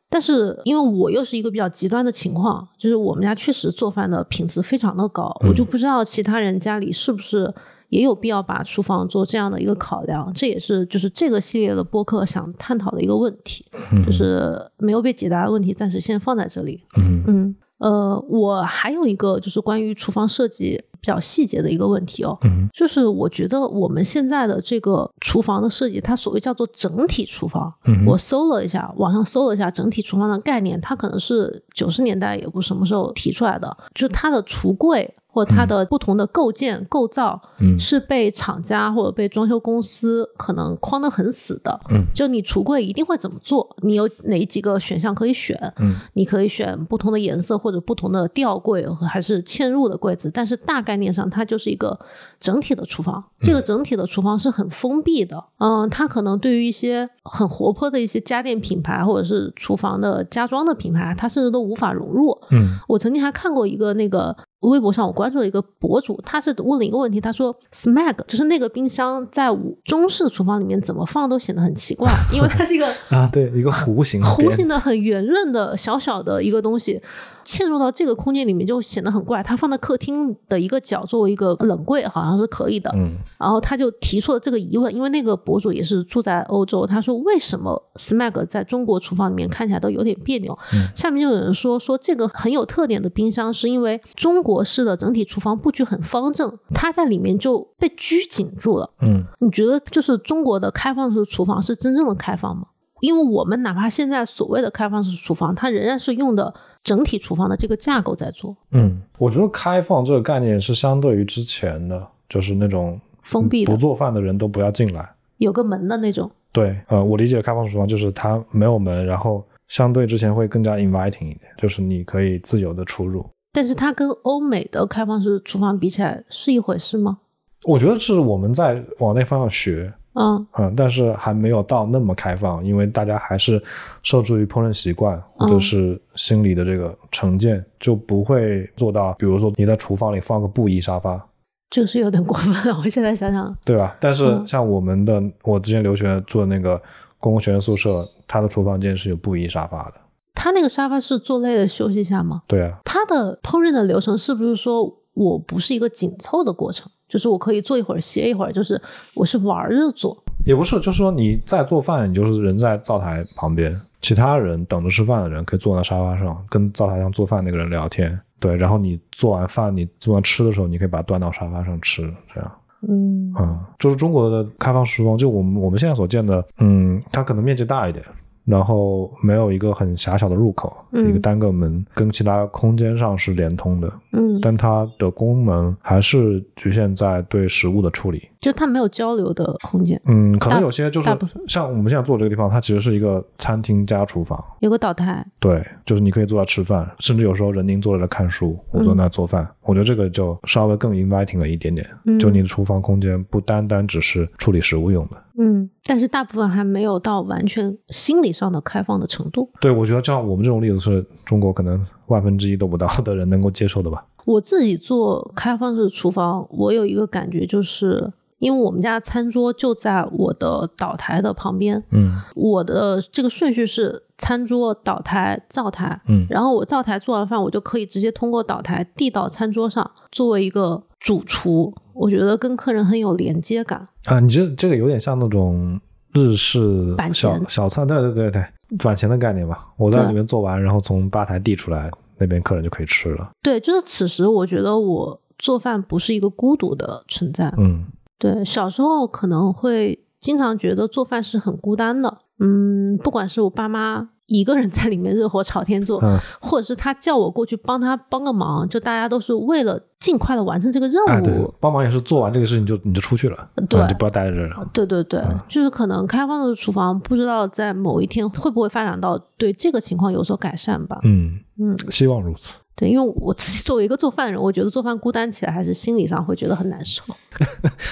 但是因为我又是一个比较极端的情况，就是我们家确实做饭的品质非常的高，
嗯
我就不知道其他人家里是不是也有必要把厨房做这样的一个考量，这也是就是这个系列的播客想探讨的一个问题，
嗯
就是没有被解答的问题，暂时先放在这里。
嗯
嗯，呃，我还有一个就是关于厨房设计比较细节的一个问题哦，
嗯
就是我觉得我们现在的这个厨房的设计，它所谓叫做整体厨房，
嗯
我搜了一下，网上搜了一下整体厨房的概念，它可能是九十年代也不什么时候提出来的，就是它的橱柜或它的不同的构建、构造
嗯
是被厂家或者被装修公司可能框得很死的。
嗯
就你橱柜一定会怎么做，你有哪几个选项可以选？
嗯
你可以选不同的颜色或者不同的吊柜，还是嵌入的柜子，但是大概念上它就是一个整体的厨房。这个整体的厨房是很封闭的，嗯，它可能对于一些很活泼的一些家电品牌或者是厨房的家装的品牌，它甚至都无法融入。
嗯
我曾经还看过一个那个微博上我关注的一个博主，他是问了一个问题，他说 “smag” 就是那个冰箱在我中式厨房里面怎么放都显得很奇怪，因为它是一个。
啊，对，一个弧形
弧
边
形的很圆润的小小的一个东西，嵌入到这个空间里面就显得很怪。它放在客厅的一个角作为一个冷柜，好像是可以的。
嗯，
然后他就提出了这个疑问，因为那个博主也是住在欧洲，他说为什么 Smeg 在中国厨房里面看起来都有点别扭？
嗯
下面就有人说说这个很有特点的冰箱是因为中国式的整体厨房布局很方正，它在里面就被拘谨住了。
嗯，
你觉得就是中国的开放式厨房是真正的开放吗？因为我们哪怕现在所谓的开放式厨房，它仍然是用的整体厨房的这个架构在做
嗯，我觉得开放这个概念是相对于之前的，就是那种
封闭
不
的，
做饭的人都不要进来。
有个门的那种。
对，呃，我理解的开放式厨房就是它没有门，然后相对之前会更加 inviting 一点，就是你可以自由的出入。
但是它跟欧美的开放式厨房比起来是一回事吗？
我觉得是我们在往那方向学，
嗯
嗯，但是还没有到那么开放，因为大家还是受制于烹饪习惯或者是心理的这个成见，就不会做到，比如说你在厨房里放个布艺沙发，
这个是有点过分了。我现在想想，
对吧？但是
嗯
像我们的，我之前留学住的那个公共学生宿舍，它的厨房间是有布艺沙发的，
他那个沙发是坐累了休息一下吗？
对啊，
他的烹饪的流程是不是说我不是一个紧凑的过程？就是我可以坐一会儿歇一会儿，就是我是玩着做。
也不是，就是说你在做饭，你就是人在灶台旁边，其他人等着吃饭的人可以坐在沙发上，跟灶台上做饭那个人聊天。对，然后你做完饭，你做完吃的时候，你可以把它端到沙发上吃，这样。
嗯
嗯，就是中国的开放式厨房，就我们我们现在所见的，嗯，它可能面积大一点，然后没有一个很狭小的入口，
嗯
一个单个门，跟其他空间上是连通的，
嗯，
但它的功能还是局限在对食物的处理。
就他没有交流的空间，
嗯，可能
大
有些就是
大部分
像我们现在坐这个地方，它其实是一个餐厅加厨房，
有个岛台。
对，就是你可以坐在吃饭，甚至有时候人宁坐在这看书，我
嗯
坐在那做饭，我觉得这个就稍微更 inviting 了一点点，
嗯
就你的厨房空间不单单只是处理食物用的。
嗯，但是大部分还没有到完全心理上的开放的程度。
对，我觉得像我们这种例子是中国可能万分之一都不到的人能够接受的吧。
我自己做开放式厨房，我有一个感觉，就是因为我们家餐桌就在我的岛台的旁边，
嗯
我的这个顺序是餐桌、岛台、灶台，
嗯
然后我灶台做完饭，我就可以直接通过岛台递到餐桌上，作为一个主厨，我觉得跟客人很有连接感。
啊，你这这个有点像那种日式
板
小
前
小菜，对对对对，板前的概念嘛。我在
对
里面做完，然后从吧台递出来，那边客人就可以吃了。
对，就是此时我觉得我做饭不是一个孤独的存在，
嗯
对，小时候可能会经常觉得做饭是很孤单的，嗯，不管是我爸妈一个人在里面热火朝天做，
嗯，
或者是他叫我过去帮他帮个忙，就大家都是为了尽快的完成这个任
哎，对
务。，
帮忙也是做完这个事情就你就出去了，
对
啊你就不要待在这儿了。
对对对，
嗯
就是可能开放式厨房，不知道在某一天会不会发展到对这个情况有所改善吧？
嗯，
嗯，
希望如此。
对，因为我自己作为一个做饭人，我觉得做饭孤单起来还是心理上会觉得很难受。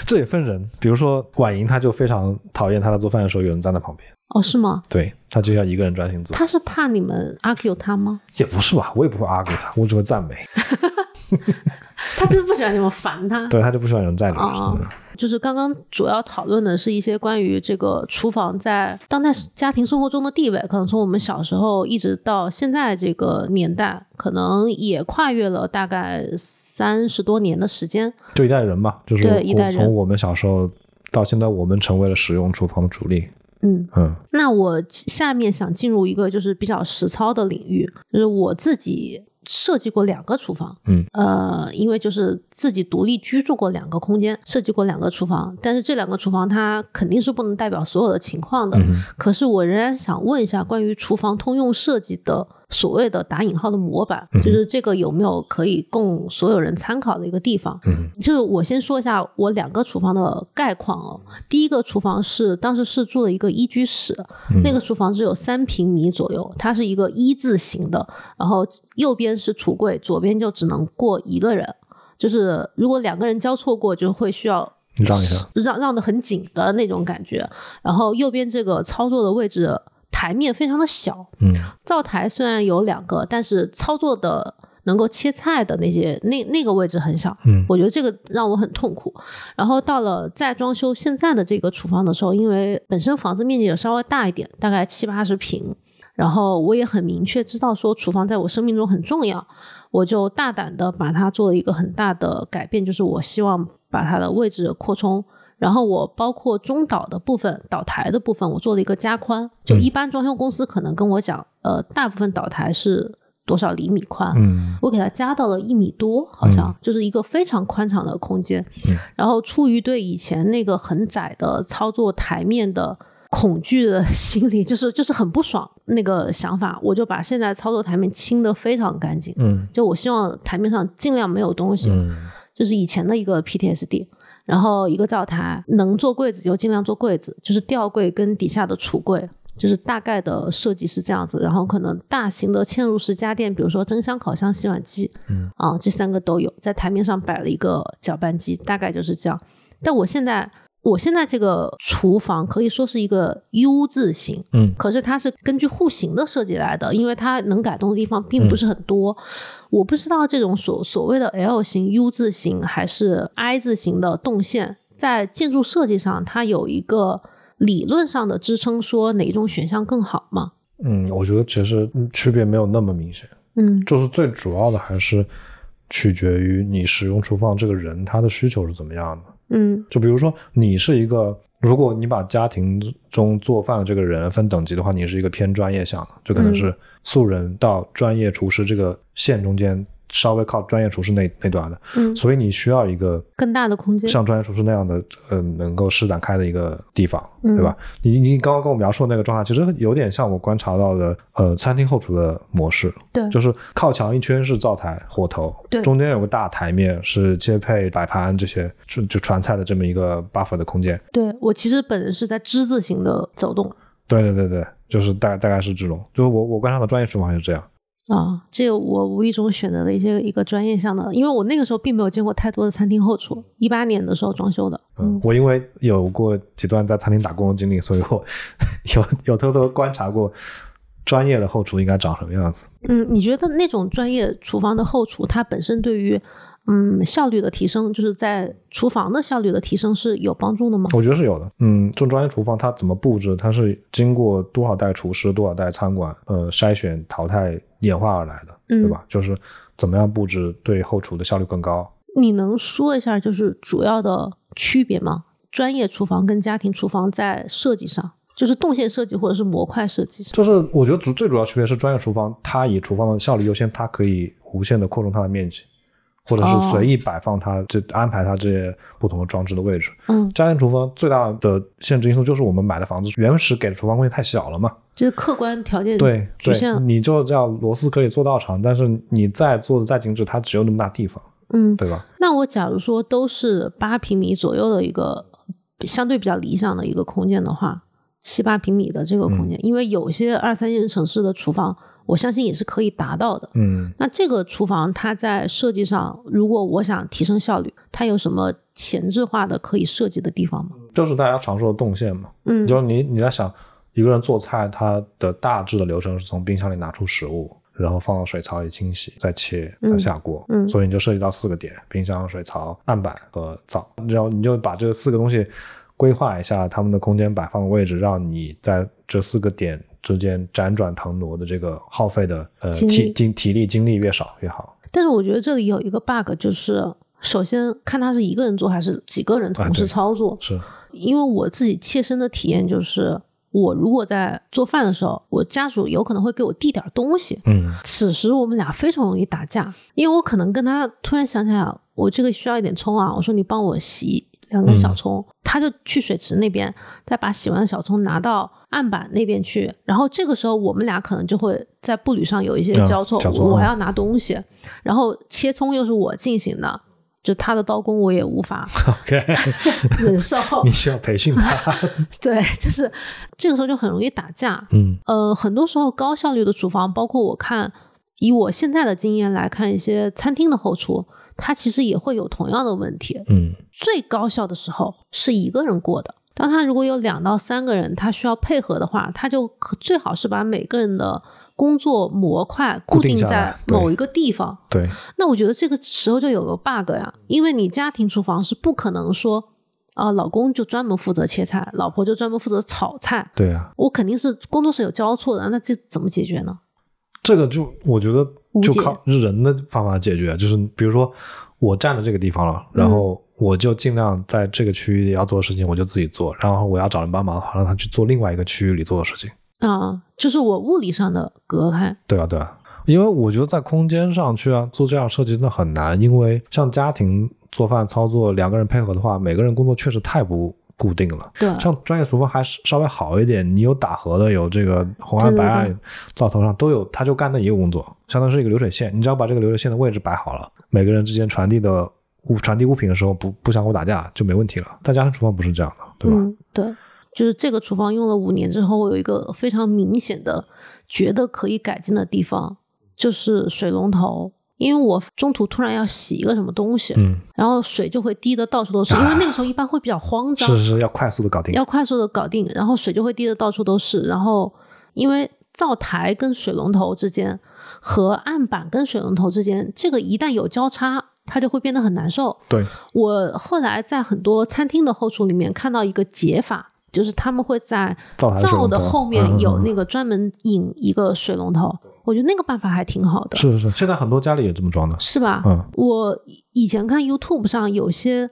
这也分人，比如说婉莹，她就非常讨厌她在做饭的时候有人站在旁边，
哦，是吗？
对她就要一个人专心做。
他是怕你们 argue 他吗？
也不是吧，我也不会 argue 她，我只会赞美。
嗯他真的不喜欢你们烦他。
对，她就不喜欢有人在这儿。
啊
嗯
就是刚刚主要讨论的是一些关于这个厨房在当代家庭生活中的地位，可能从我们小时候一直到现在这个年代，可能也跨越了大概三十多年的时间。
就一代人嘛，就是
对一代
我
人
从我们小时候到现在，我们成为了使用厨房的主力。
嗯，
嗯
那我下面想进入一个就是比较实操的领域，就是我自己设计过两个厨房，
嗯，
呃，因为就是自己独立居住过两个空间，设计过两个厨房，但是这两个厨房它肯定是不能代表所有的情况的，
嗯
可是我仍然想问一下关于厨房通用设计的所谓的打引号的模板，
嗯
就是这个有没有可以供所有人参考的一个地方？
嗯，
就是我先说一下我两个厨房的概况哦。第一个厨房是当时是住了一个一居室，
嗯
那个厨房只有三平米左右，它是一个一字形的，然后右边是橱柜，左边就只能过一个人。就是如果两个人交错过，就会需要
让一下，
让让的很紧的那种感觉。然后右边这个操作的位置，台面非常的小，
嗯
灶台虽然有两个，但是操作的能够切菜的那些那那个位置很小。
嗯
我觉得这个让我很痛苦。然后到了再装修现在的这个厨房的时候，因为本身房子面积也稍微大一点，大概七八十平。然后我也很明确知道说厨房在我生命中很重要，我就大胆的把它做了一个很大的改变，就是我希望把它的位置扩充。然后我包括中岛的部分、岛台的部分，我做了一个加宽。
嗯
就一般装修公司可能跟我讲，呃，大部分岛台是多少厘米宽，
嗯
我给它加到了一米多，好像、
嗯
就是一个非常宽敞的空间。
嗯
然后出于对以前那个很窄的操作台面的恐惧的 心理，就是就是很不爽那个想法，我就把现在操作台面清的非常干净。
嗯
就我希望台面上尽量没有东西，
嗯
就是以前的一个 PTSD。然后一个灶台能做柜子就尽量做柜子，就是吊柜跟底下的橱柜，就是大概的设计是这样子。然后可能大型的嵌入式家电，比如说蒸箱、烤箱、洗碗机，
嗯
啊，这三个都有。在台面上摆了一个搅拌机，大概就是这样。但我现在我现在这个厨房可以说是一个 U 字形，
嗯
可是它是根据户型的设计来的，因为它能改动的地方并
嗯
不是很多。我不知道这种所所谓的 L 型、U 字形还是 I 字形的动线，在建筑设计上它有一个理论上的支撑，说哪一种选项更好吗？
嗯，我觉得其实嗯区别没有那么明显，
嗯
就是最主要的还是取决于你使用厨房这个人他的需求是怎么样的。
嗯
就比如说你是一个，如果你把家庭中做饭的这个人分等级的话，你是一个偏专业项的，就可能是素人到专业厨师这个线中间稍微靠专业厨师那那端的，
嗯，
所以你需要一个
更大的空间。
像专业厨师那样的，呃，能够施展开的一个地方，
嗯
对吧？你你刚刚跟我描述的那个状态，其实有点像我观察到的，呃，餐厅后厨的模式，
对
就是靠墙一圈是灶台、火头，
嗯对
中间有个大台面是切配摆盘这些，就就传菜的这么一个 buffer 的空间。
对我其实本人是在之字形的走动
对对对对，就是大大概是这种，就是我我观察的专业厨房是这样。
啊，这个我无意中选择了一些一个专业项的，因为我那个时候并没有见过太多的餐厅后厨，一八年的时候装修的。
嗯，我因为有过几段在餐厅打工的经历，所以我 有有偷偷观察过专业的后厨应该长什么样子。
嗯，你觉得那种专业厨房的后厨，它本身对于嗯效率的提升，就是在厨房的效率的提升是有帮助的吗？
我觉得是有的。嗯，这种专业厨房它怎么布置，它是经过多少代厨师、多少代餐馆呃筛选、淘汰、演化而来的，
嗯
对吧？就是怎么样布置对后厨的效率更高。
你能说一下就是主要的区别吗？专业厨房跟家庭厨房在设计上，就是动线设计或者是模块设计上，
就是我觉得主最主要区别是专业厨房，它以厨房的效率优先，它可以无限的扩容它的面积，或者
哦
是随意摆放它这、安排它这些不同的装置的位置。
嗯，
家庭厨房最大的限制因素就是我们买的房子原始给的厨房空间太小了嘛。
就是客观条件
对
嗯局限
对，
了，
你就叫螺丝可以做到长，但是你再做的再精致，它只有那么大地方，
嗯。
对吧？
那我假如说都是八平米左右的一个相对比较理想的一个空间的话，七八平米的这个
嗯
空间，因为有些二三线城市的厨房，我相信也是可以达到的。
嗯，
那这个厨房它在设计上，如果我想提升效率，它有什么前置化的可以设计的地方吗？
就是大家常说的动线嘛，
嗯
就是你你在想一个人做菜，他的大致的流程是从冰箱里拿出食物，然后放到水槽里清洗，再切，再下锅。
嗯
所以你就涉及到四个点：冰箱、水槽、案板和灶。然后你就把这四个东西规划一下它们的空间摆放的位置，让你在这四个点之间辗转腾挪的这个耗费的呃
精力
体精体力精力越少越好。
但是我觉得这里有一个 bug，就是首先看他是一个人做还是几个人同时
啊对
操作，
是，
因为我自己切身的体验就是，我如果在做饭的时候，我家属有可能会给我递点儿东西，
嗯
此时我们俩非常容易打架，因为我可能跟他突然想起来，啊我这个需要一点葱啊，我说你帮我洗两根
嗯
小葱，他就去水池那边，再把洗完的小葱拿到案板那边去，然后这个时候我们俩可能就会在步履上有一些
啊
交错，
交错
我
嗯
还要拿东西，然后切葱又是我进行的，就他的刀工我也无法
，OK，
忍 受，
你需要 培训他。
对， 就是这个时候就很容易打架。
嗯
呃，很多时候高效率的厨房，包括我看，以我现在的经验来看，一些餐厅的后厨，它其实也会有同样的问题。
嗯
最高效的时候是一个人过的，当他如果有两到三个人，他需要配合的话，他就可最好是把每个人的工作模块固
固定
定
下
在
来对
某一个地方。
对，嗯
那我觉得这个时候就有个 bug 呀，因为你家庭厨房是不可能说，啊、老公就专门负责切菜，老婆就专门负责炒菜。
对啊，
我肯定是工作是有交错的，那这怎么解决呢？
这个就我觉得
无
就
解
靠人的方法解决，啊就是比如说我站在这个地方了，然后我就尽量在这个区域要做的事情我就自己做，然后我要找人帮忙的话，让他去做另外一个区域里做的事情。
啊、就是我物理上的隔开，
对啊，对啊，因为我觉得在空间上去啊做这样设计真的很难，因为像家庭做饭操作两个人配合的话，每个人工作确实太不固定了。
对，
像专业厨房还是稍微好一点，你有打荷的，有这个红案
对对
白
对
案、灶头啊上都有，他就干那一个工作，相当于是一个流水线。你只要把这个流水线的位置摆好了，每个人之间传递的物传递物品的时候不不相互打架就没问题了。但家庭厨房不是这样的，对吧？
嗯，对，就是这个厨房用了五年之后，我有一个非常明显的觉得可以改进的地方，就是水龙头。因为我中途突然要洗一个什么东西，
嗯，啊
然后水就会滴的到处都是，因为那个时候一般会比较慌张，
是是是要快速的搞定。
要快速的搞定，然后水就会滴的到处都是。然后因为灶台跟水龙头之间和案板跟水龙头之间，这个一旦有交叉，它就会变得很难受。
对，
我后来在很多餐厅的后厨里面看到一个解法，就是他们会在
灶台水龙
灶
头
的后
嗯嗯
面
嗯
有那个专门引一个水龙头，我觉得那个办法还挺好的，
是是是，现在很多家里也这么装的。
是吧？
嗯，
我以前看 YouTube 上有些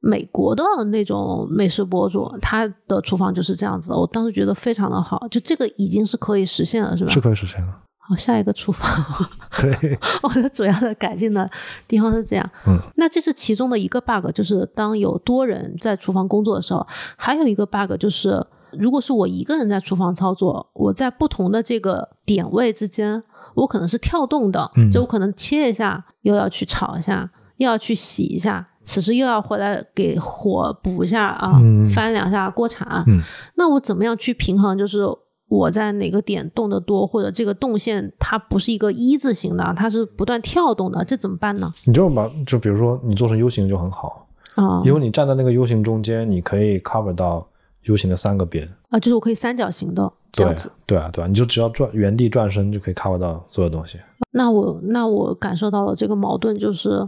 美国的那种美食博主，他的厨房就是这样子的，我当时觉得非常的好，就这个已经是可以实现了，是吧？
是可以实现 的。
好，下一个厨房，
对，
我的主要的改进的地方是这样。
嗯，
那这是其中的一个 bug，就是当有多人在厨房工作的时候，还有一个 bug 就是，如果是我一个人在厨房操作，我在不同的这个点位之间，我可能是跳动的，
嗯
就我可能切一下，又要去炒一下，又要去洗一下。此时又要回来给火补一下啊，
嗯
翻两下锅铲，啊
嗯
那我怎么样去平衡？就是我在哪个点动得多，或者这个动线它不是一个一字形的，它是不断跳动的，这怎么办呢？
你就把就比如说你做成 U 型就很好，
啊、
因为你站在那个 U 型中间，你可以 cover 到 U 型的三个边。
啊，就是我可以三角形的这
对
样子。
对啊对啊，你就只要转原地转身就可以 cover 到所 有东西。
那我那我感受到了这个矛盾，就是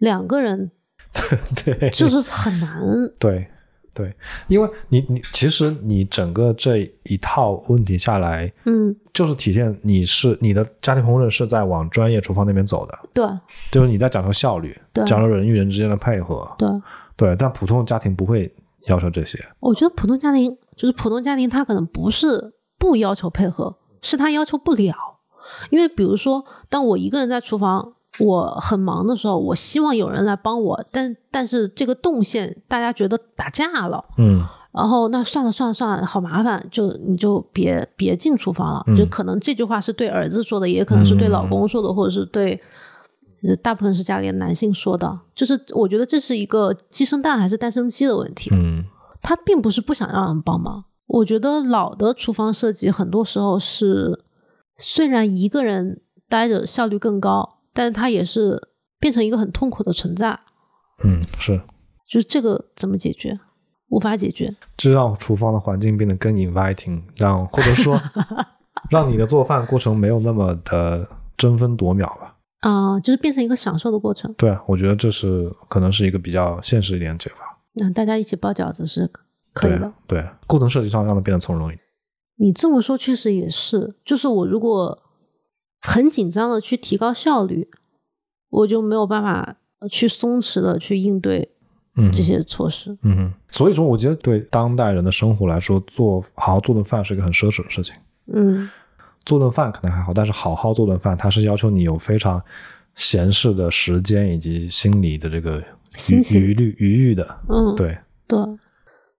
两个人
对
就是很难
对对，因为你你其实你整个这一套问题下来，
嗯，
就是体现你是你的家庭烹饪是在往专业厨房那边走的，
对
就是你在讲究效率，
对
讲究人与人之间的配合。
对。
对，但普通家庭不会要求这些。
我觉得普通家庭就是普通家庭，他可能不是不要求配合，是他要求不了。因为比如说，当我一个人在厨房，我很忙的时候，我希望有人来帮我，但但是这个动线大家觉得打架了，
嗯
然后那算了算了算了，好麻烦，就你就别别进厨房了。
嗯
就可能这句话是对儿子说的，也可能是对老公说的，或者是对。呃大部分是家里的男性说的，就是我觉得这是一个鸡生蛋还是蛋生鸡的问题。
嗯，
他并不是不想让人帮忙。我觉得老的厨房设计很多时候是，虽然一个人待着效率更高，但是他也是变成一个很痛苦的存在。
嗯，是，
就是这个怎么解决？无法解决。
这让厨房的环境变得更 inviting，让或 者说让你的做饭过程没有那么的争分夺秒吧。
啊、就是变成一个享受的过程。
对啊，我觉得这是可能是一个比较现实一点的解法。
那、大家一起包饺子是可
对
以
啊
的。
对啊，构成设计上让它变得从容一点。
你这么说确实也是，就是我如果很紧张的去提高效率，我就没有办法去松弛的去应对
嗯
这些措施。
嗯哼，所以说我觉得对当代人的生活来说，做好好做顿饭是一个很奢侈的事情。
嗯
做顿饭可能还好，但是好好做顿饭，它是要求你有非常闲适的时间以及心理的这个
心
余
情
余虑余裕的。
嗯，
对，
对，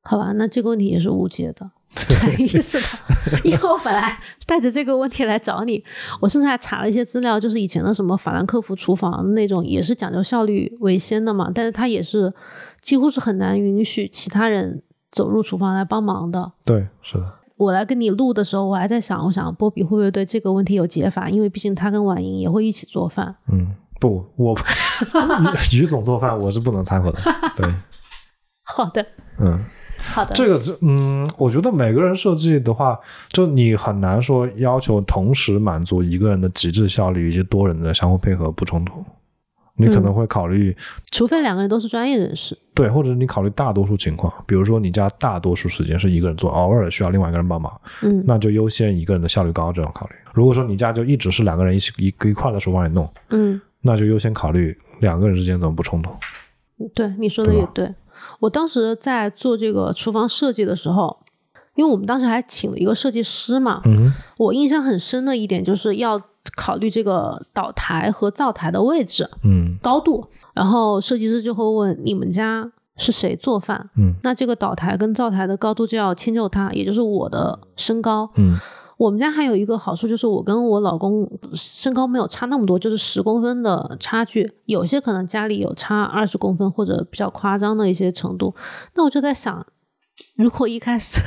好吧，那这个问题也是无解 的，突然意识 到，因为我本来带着这个问题来找你，我甚至还查了一些资料，就是以前的什么法兰克福厨房那种，也是讲究效率为先的嘛，但是它也是几乎是很难允许其他人走入厨房来帮忙的。
对，是的。
我来跟你录的时候，我还在想，我想波比会不会对这个问题有解法，因为毕竟他跟婉莹也会一起做饭。
嗯，不，我 于于总做饭我是不能掺和的。对，
好的，
嗯，
好的，
这个这嗯，我觉得每个人设计的话，就你很难说要求同时满足一个人的极致效率以及多人的相互配合不冲突。你可能会考虑、
除非两个人都是专业人士，
对，或者你考虑大多数情况，比如说你家大多数时间是一个人做，偶尔需要另外一个人帮忙，
嗯
那就优先一个人的效率高这种考虑。如果说你家就一直是两个人一起一一块的手帮你弄，
嗯。
那就优先考虑两个人之间怎么不冲突。
对，你说的
对
也
吧
对。我当时在做这个厨房设计的时候，因为我们当时还请了一个设计师嘛，
嗯哼，
我印象很深的一点就是要考虑这个岛台和灶台的位置、
嗯
高度。然后设计师就会问你们家是谁做饭，
嗯
那这个岛台跟灶台的高度就要迁就它，也就是我的身高。
嗯
我们家还有一个好处就是，我跟我老公身高没有差那么多，就是十公分的差距。有些可能家里有差二十公分或者比较夸张的一些程度，那我就在想，如果一开始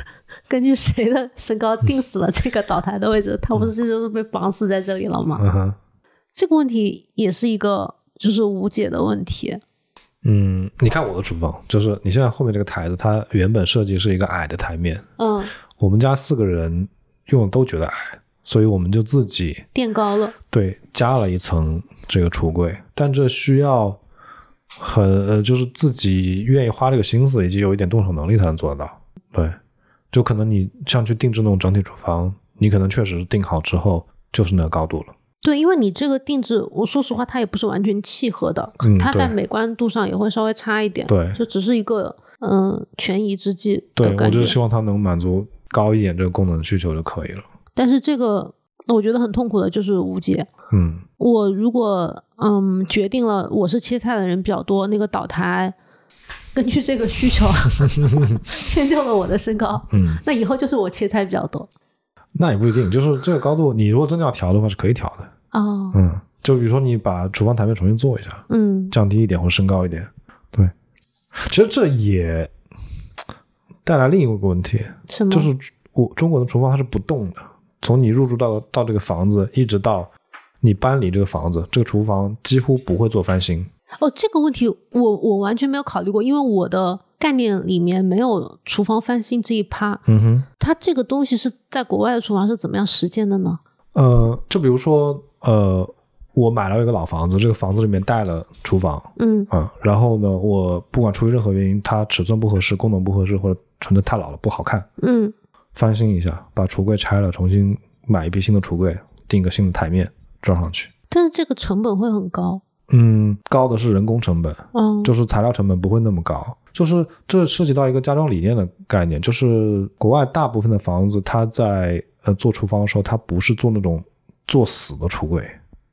根据谁的身高定死了这个岛台的位置，他不是就是被绑死在这里了吗？
嗯哼，
这个问题也是一个就是无解的问题。
嗯，你看我的厨房，就是你现在后面这个台子，它原本设计是一个矮的台面，
嗯，
我们家四个人用的都觉得矮，所以我们就自己
垫高了，
对，加了一层这个橱柜，但这需要很呃，就是自己愿意花这个心思，以及有一点动手能力才能做得到。对，就可能你像去定制那种整体厨房，你可能确实定好之后就是那个高度了。
对，因为你这个定制，我说实话，它也不是完全契合的，
嗯
它在
对
美观度上也会稍微差一点，
对
就只是一个嗯权宜之计
对
的，
我
感
就
觉
是。希望它能满足高一点这个功能需求就可以了。
但是这个我觉得很痛苦的就是无解。
嗯
我如果嗯决定了我是切菜的人比较多，那个岛台根据这个需求 迁就了我的身高，
嗯，
那以后就是我切菜比较多
那也不一定，就是这个高度，你如果真的要调的话是可以调的。
哦，
嗯，就比如说你把厨房台面重新做一下，
嗯
降低一点或升高一点。对，其实这也带来另一个问题，
什么？
就是我中国的厨房它是不动的，从你入住到到这个房子，一直到你搬离这个房子，这个厨房几乎不会做翻新。
哦，这个问题我我完全没有考虑过，因为我的概念里面没有厨房翻新这一趴。
嗯哼，
它这个东西是在国外的厨房是怎么样实践的呢？
呃，就比如说，呃，我买了一个老房子，这个房子里面带了厨房
嗯
啊、然后呢，我不管出于任何原因，它尺寸不合适、功能不合适，或者纯粹太老了不好看，
嗯
翻新一下，把橱柜拆了，重新买一批新的橱柜，定一个新的台面装上去。
但是这个成本会很高。
嗯，高的是人工成本，
嗯，
就是材料成本不会那么高。就是这涉及到一个家装理念的概念，就是国外大部分的房子，它在呃做厨房的时候，它不是做那种做死的橱柜。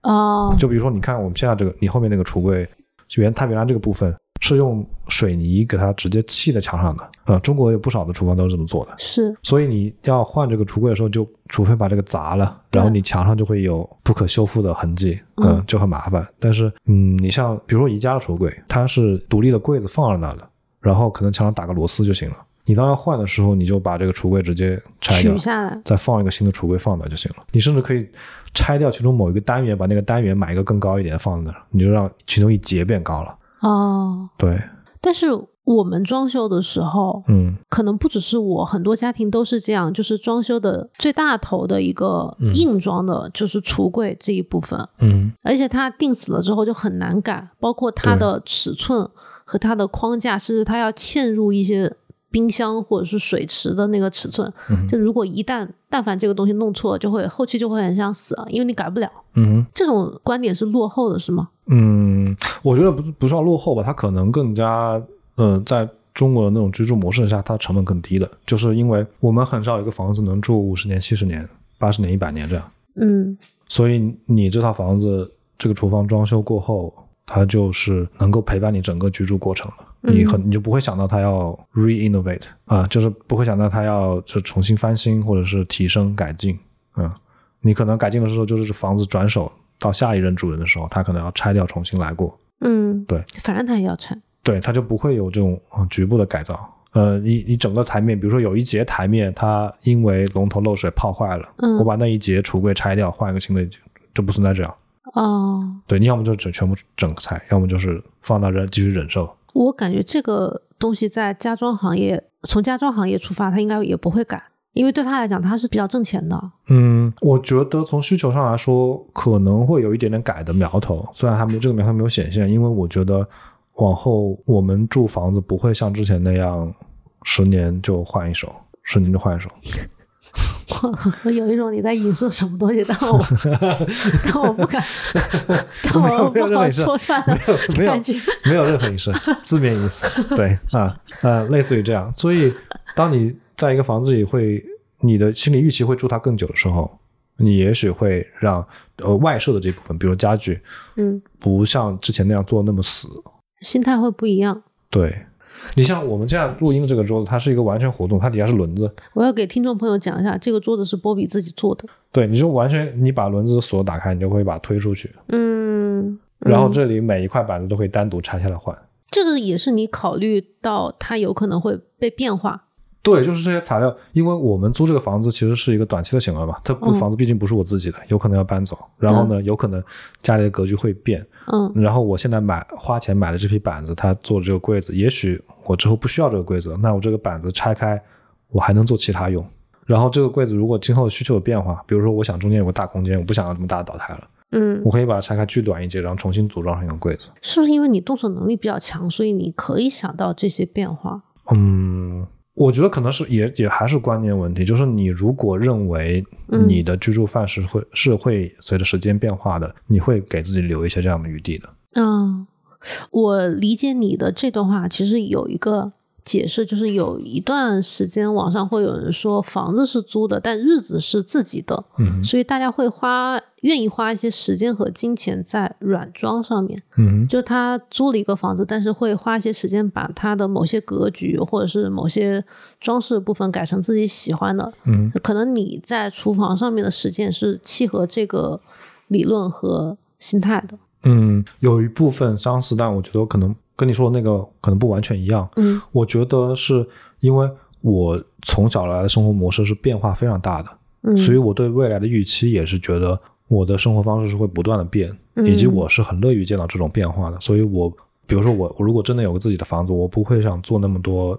哦，
就比如说，你看我们现在这个，你后面那个橱柜，原它原来这个部分是用水泥给它直接砌在墙上的。呃，中国有不少的厨房都是这么做的。
是
所以你要换这个橱柜的时候就，除非把这个砸了，
对
然后你墙上就会有不可修复的痕迹，
嗯
嗯，就很麻烦。但是，嗯，你像比如说宜家的橱柜，它是独立的柜子放在那了，然后可能墙上打个螺丝就行了。你当要换的时候，你就把这个橱柜直接拆掉
取，下来。
再放一个新的橱柜放那就行了。你甚至可以拆掉其中某一个单元，把那个单元买一个更高一点放在那儿，你就让其中一节变高了。
哦，
对，
但是我们装修的时候，
嗯
可能不只是我，很多家庭都是这样，就是装修的最大头的一个硬装的，就是橱柜这一部分。
嗯，
而且它定死了之后就很难改，包括它的尺寸和它的框架，甚至它要嵌入一些冰箱或者是水池的那个尺寸。
嗯
就如果一旦但凡这个东西弄错了，就会后期就会很想死啊，因为你改不了。
嗯哼。
这种观点是落后的，是吗？
嗯，我觉得不是不算落后吧，它可能更加呃，在中国的那种居住模式下，它成本更低的，就是因为我们很少有一个房子能住五十年、七十年、八十年、一百年这样，
嗯，
所以你这套房子这个厨房装修过后，它就是能够陪伴你整个居住过程的。你很你就不会想到它要 re-innovate 啊、就是不会想到它要就重新翻新或者是提升改进，嗯，你可能改进的时候就是房子转手到下一任主人的时候，他可能要拆掉重新来过，
嗯，
对，
反正它也要拆。
对，它就不会有这种呃局部的改造。呃，你你整个台面，比如说有一节台面，它因为龙头漏水泡坏了，
嗯
我把那一节橱柜拆掉，换一个新的一节，这不存在这样。
哦，
对，你要么就整全部整个拆，要么就是放那这继续忍受。
我感觉这个东西在家装行业，从家装行业出发，它应该也不会改。因为对他来讲，他是比较挣钱的。
嗯，我觉得从需求上来说，可能会有一点点改的苗头，虽然还没有这个苗头没有显现，因为我觉得往后我们住房子不会像之前那样十年就换一手，十年就换一手。
我 有一种你在影射什么东西，但 我但我不敢，但我
没有
不
没有
好
没事
说出来的
没有
感觉。
没有任何意思，字面意思，对啊，呃，类似于这样。所以，当你在一个房子里会，你的心理预期会住它更久的时候，你也许会让呃外设的这部分，比如家具，
嗯，
不像之前那样做得那么死。
心态会不一样。
对，你像我们这样录音的这个桌子，它是一个完全活动，它底下是轮子，
我要给听众朋友讲一下，这个桌子是波比自己做的。
对，你就完全你把轮子的锁打开，你就会把它推出去，
嗯，
然后
嗯
这里每一块板子都可以单独拆下来换。
这个也是你考虑到它有可能会被变化。
对，就是这些材料，因为我们租这个房子其实是一个短期的行为嘛，它
嗯
房子毕竟不是我自己的，有可能要搬走，然后呢，有可能家里的格局会变，
嗯
然后我现在买花钱买了这批板子，它做了这个柜子，也许我之后不需要这个柜子，那我这个板子拆开，我还能做其他用。然后这个柜子如果今后需求有变化，比如说我想中间有个大空间，我不想要这么大的岛台了，
嗯，
我可以把它拆开锯短一截，然后重新组装成一个柜子。
是不是因为你动手能力比较强，所以你可以想到这些变化？
嗯，我觉得可能是也也还是观念问题，就是你如果认为
嗯
你的居住范式会、是会随着时间变化的，你会给自己留一些这样的余地的。
嗯，我理解你的这段话，其实有一个解释，就是有一段时间网上会有人说房子是租的，但日子是自己的，
嗯
所以大家会花愿意花一些时间和金钱在软装上面。
嗯
就他租了一个房子，但是会花一些时间把他的某些格局或者是某些装饰部分改成自己喜欢的。
嗯
可能你在厨房上面的实践是契合这个理论和心态的。
嗯，有一部分相似，但我觉得可能跟你说的那个可能不完全一样。
嗯
我觉得是因为我从小来的生活模式是变化非常大的，
嗯，
所以我对未来的预期也是觉得我的生活方式是会不断的变，
嗯
以及我是很乐于见到这种变化的。所以我，比如说我，我如果真的有个自己的房子，我不会想做那么多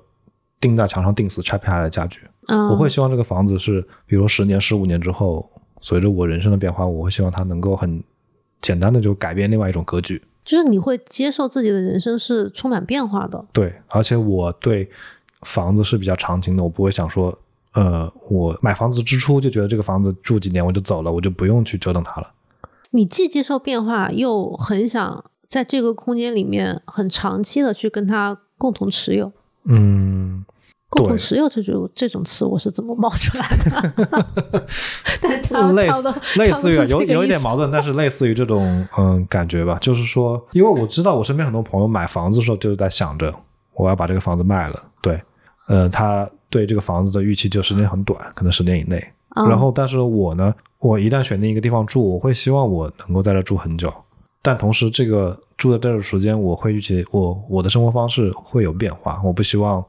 钉在墙上钉死拆不下来的家具。
啊
我会希望这个房子是，比如十年、十五年之后，随着我人生的变化，我会希望它能够很简单的就改变另外一种格局。
就是你会接受自己的人生是充满变化的。
对，而且我对房子是比较长情的，我不会想说。呃，我买房子之初就觉得这个房子住几年我就走了，我就不用去折腾它了。
你既接受变化，又很想在这个空间里面很长期的去跟它共同持有。
嗯，
共同
对
持有这种这种词，我是怎么冒出来的？ 但他
类
差不
似
多，
类
差不多
似于啊
是
有
这个
有一
意
点
思
矛盾，但是类似于这种嗯感觉吧，就是说，因为我知道我身边很多朋友买房子的时候就是在想着我要把这个房子卖了，对，呃，他对这个房子的预期就时间很短，可能十年以内。
嗯
然后，但是我呢，我一旦选定一个地方住，我会希望我能够在这住很久，但同时这个住在这儿的时间，我会预期我我的生活方式会有变化，我不希望。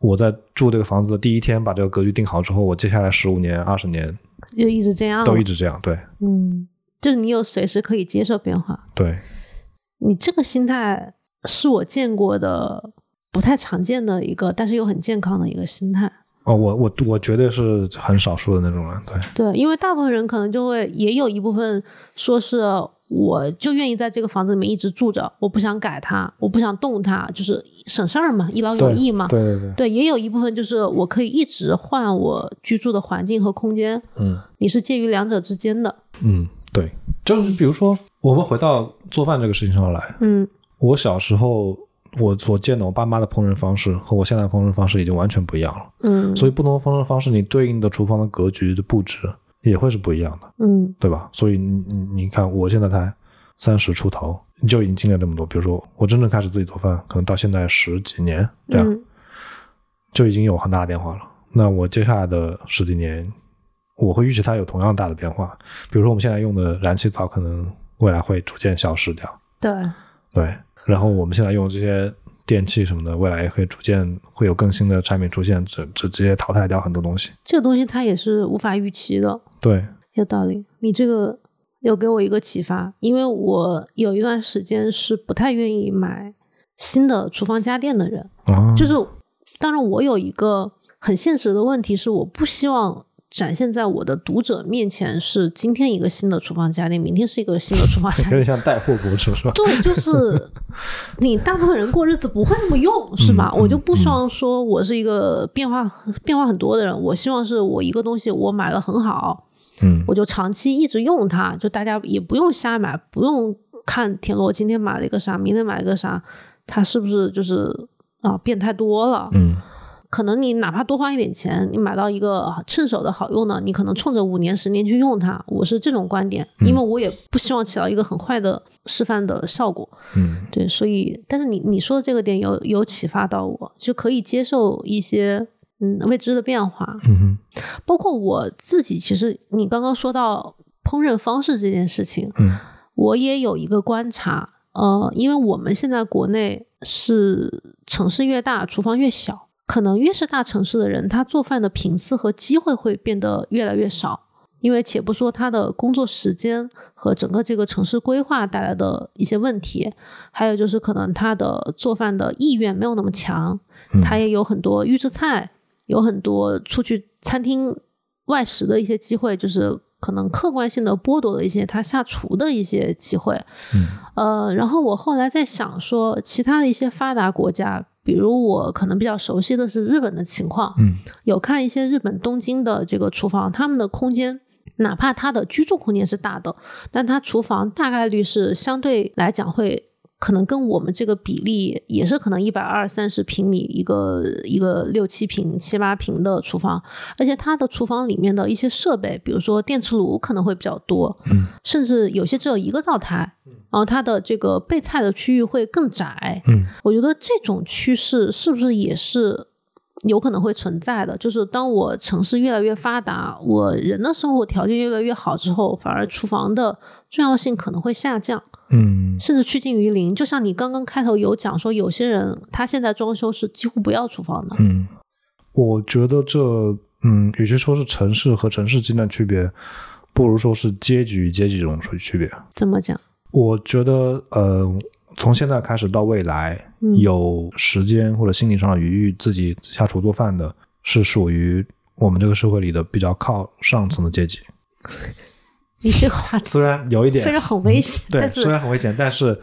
我在住这个房子的第一天把这个格局定好之后，我接下来十五年、二十年
就一直这样，
都一直这样。对，
嗯，就是你有随时可以接受变化，
对，
你这个心态是我见过的不太常见的一个，但是又很健康的一个心态。
哦，我我我绝对是很少数的那种人，对，
对，因为大部分人可能就会也有一部分说是我就愿意在这个房子里面一直住着，我不想改它，我不想动它，就是省事儿嘛，一劳永逸嘛。
对对对，
对，也有一部分就是我可以一直换我居住的环境和空间，
嗯
你是介于两者之间的。
嗯，对，就是比如说，我们回到做饭这个事情上来，
嗯
我小时候我所见的我爸妈的烹饪方式和我现在的烹饪方式已经完全不一样了，
嗯，
所
以
以不同的烹饪方式，你对应的厨房的格局的布置也会是不一样的，
嗯
对吧？所以你你你看，我现在才三十出头，就已经经历了这么多，比如说我真正开始自己做饭，可能到现在十几年这样。
嗯
就已经有很大的变化了。那我接下来的十几年，我会预期它有同样大的变化。比如说我们现在用的燃气灶，可能未来会逐渐消失掉，
对，
对。然后我们现在用这些电器什么的，未来也会逐渐会有更新的产品出现，这这直接淘汰掉很多东西。
这个东西它也是无法预期的，
对，
有道理。你这个有给我一个启发，因为我有一段时间是不太愿意买新的厨房家电的人，
啊，
就是当然我有一个很现实的问题是，我不希望展现在我的读者面前是今天一个新的厨房家电，明天是一个新的厨房家
有 点
电。
像带货博主是吧？
对， 就是你大部分人过日子不会那么用，是吧？
嗯
我就不
嗯
希望说我是一个变化变化很多的人，我希望是我一个东西我买了很好，
嗯
我就长期一直用它，就大家也不用瞎买，不用看田螺今天买了一个啥，明天买了一个啥，它是不是就是啊、变太多了？
嗯
可能你哪怕多花一点钱，你买到一个趁手的好用的，你可能冲着五年、十年去用它。我是这种观点，
嗯
因为我也不希望起到一个很坏的示范的效果。
嗯
对，所以，但是你你说的这个点有有启发到我，就可以接受一些嗯未知的变化。
嗯哼
包括我自己，其实你刚刚说到烹饪方式这件事情，
嗯
我也有一个观察，呃，因为我们现在国内是城市越大，厨房越小，可能越是大城市的人，他做饭的频次和机会会变得越来越少。因为且不说他的工作时间和整个这个城市规划带来的一些问题，还有就是可能他的做饭的意愿没有那么强，
嗯，
它也有很多预制菜，有很多出去餐厅外食的一些机会，就是可能客观性的剥夺了一些他下厨的一些机会。
嗯
呃，然后我后来在想说，其他的一些发达国家，比如我可能比较熟悉的是日本的情况，
嗯
有看一些日本东京的这个厨房，他们的空间。哪怕它的居住空间是大的，但它厨房大概率是相对来讲会可能跟我们这个比例也是可能一百二三十平米一个一个六七平七八平的厨房，而且它的厨房里面的一些设备，比如说电磁炉可能会比较多，
嗯
甚至有些只有一个灶台，然后它的这个备菜的区域会更窄，
嗯
我觉得这种趋势是不是也是有可能会存在的？就是当我城市越来越发达，我人的生活条件越来越好之后，反而厨房的重要性可能会下降，
嗯
甚至趋近于零。就像你刚刚开头有讲说，有些人他现在装修是几乎不要厨房的。
嗯，我觉得这嗯，与其说是城市和城市之间的区别，不如说是阶级与阶级中的区别。
怎么讲？
我觉得，呃，从现在开始到未来，
嗯
有时间或者心理上的余裕自己下厨做饭的，是属于我们这个社会里的比较靠上层的阶级。
你这个话题
虽然有一点
非，常很危险，
对，
但
虽
是
然很危险，但是，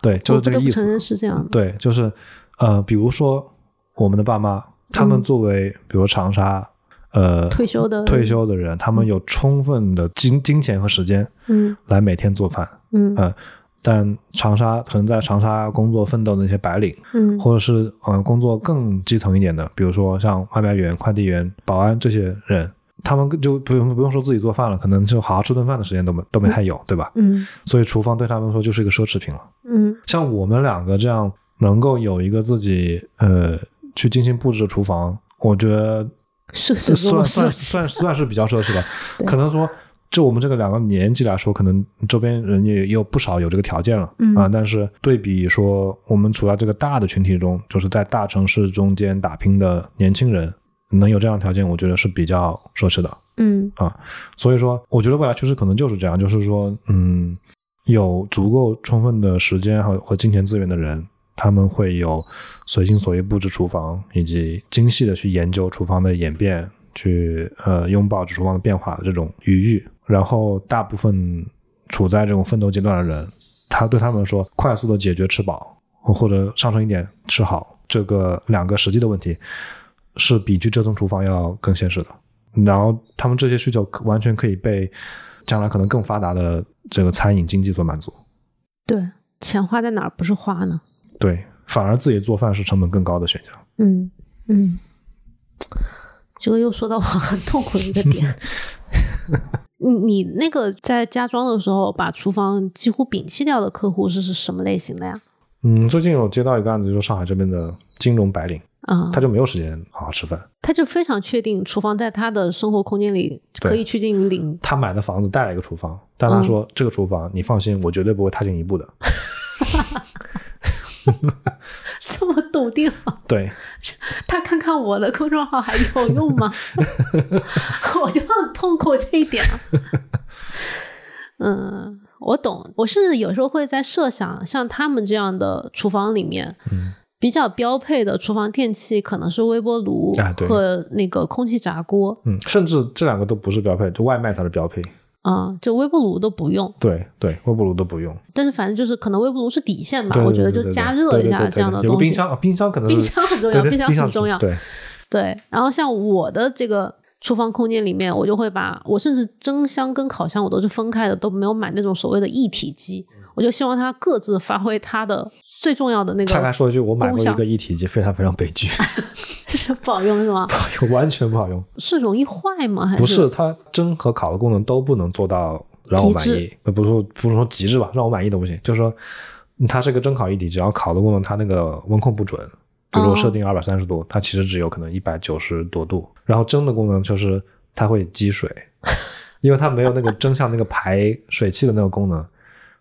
对，就
我
是
不
这
得
个
不
意
承
思。
认是这样的。
对，就是，呃，比如说我们的爸妈，他们
嗯
作为，比如长沙，呃，
退休的
退，休的人，他们有充分的金金钱和时间
嗯
来每天做饭。
嗯
呃，但长沙可能在长沙工作奋斗的那些白领，
嗯
或者是嗯、呃、工作更基层一点的，比如说像外卖员、快递员、保安这些人，他们就不用不用说自己做饭了，可能就好好吃顿饭的时间都没都没太有，对吧？
嗯
所以厨房对他们来说就是一个奢侈品了。
嗯
像我们两个这样能够有一个自己呃去精心布置的厨房，我觉得
是
这
是这么
算
设
算
计，
算算是比较奢侈吧
对。
可能说，就我们这个两个年纪来说，可能周边人也也有不少有这个条件了，
嗯
啊。但是对比说，我们处在这个大的群体中，就是在大城市中间打拼的年轻人，能有这样的条件，我觉得是比较奢侈的。
嗯
所以说，我觉得未来趋势可能就是这样，就是说，嗯，有足够充分的时间和和金钱资源的人，他们会有随心所欲布置厨房，以及精细的去研究厨房的演变，去呃拥抱厨房的变化的这种余裕。然后，大部分处在这种奋斗阶段的人，他对他们来说，快速的解决吃饱或者上升一点吃好这个两个实际的问题，是比去折腾厨房要更现实的。然后他们这些需求可完全可以被将来可能更发达的这个餐饮经济所满足。
对，钱花在哪儿不是花呢？
对，反而自己做饭是成本更高的选项。
嗯嗯，这个又说到我很痛苦的一个 点。你你那个在家装的时候，把厨房几乎摒弃掉的客户是是什么类型的呀？
嗯，最近有接到一个案子，就是上海这边的金融白领，
啊、
他就没有时间好好吃饭，
他就非常确定厨房在他的生活空间里
对
可以趋近于零。
他买的房子带了一个厨房，但他
嗯
说、这个厨房你放心，我绝对不会踏进 一步的。
这么笃定吗？
对，
他看看我的公众号还有用 吗？我就很痛苦这一点啊。嗯，
嗯
我懂。我甚至有时候会在设想，像他们这样的厨房里面，比较标配的厨房电器可能是微波炉
啊对
和那个空气炸锅，
嗯，甚至这两个都不是标配，就外卖才是标配。
啊、就微波炉都不用。
对对，微波炉都不用。
但是反正就是可能微波炉是底线吧，
对
我
对
觉得
对
就
对
加
对
热
对
一
对
下
对
这样
对
的
有
东
个
西。
冰箱啊，冰箱可能是
冰箱很重要
对对
冰箱
冰箱
很
是
重要
对，
对，然后像我的这个厨房空间里面，我就会把我甚至蒸箱跟烤箱我都是分开的，都没有买那种所谓的一体机。
嗯
我就希望它各自发挥它的最重要的那
岔开
个
说一句，我买过
功
一
效
个一体机，非常非常悲 剧，
是不好用是吗？
完全不好用。
是容易坏吗？还
不是，它蒸和烤的功能都不能做到让我满
极
意，呃，不是说不是说极致吧，让我满意都不行。就是说，嗯它是一个蒸烤一体机，然后烤的功能它那个温控不准，比如说
哦
设定二百三十度，它其实只有可能一百九十多度。然后蒸的功能就是它会积水，因为它没有那个蒸箱那个排水器的那个功能，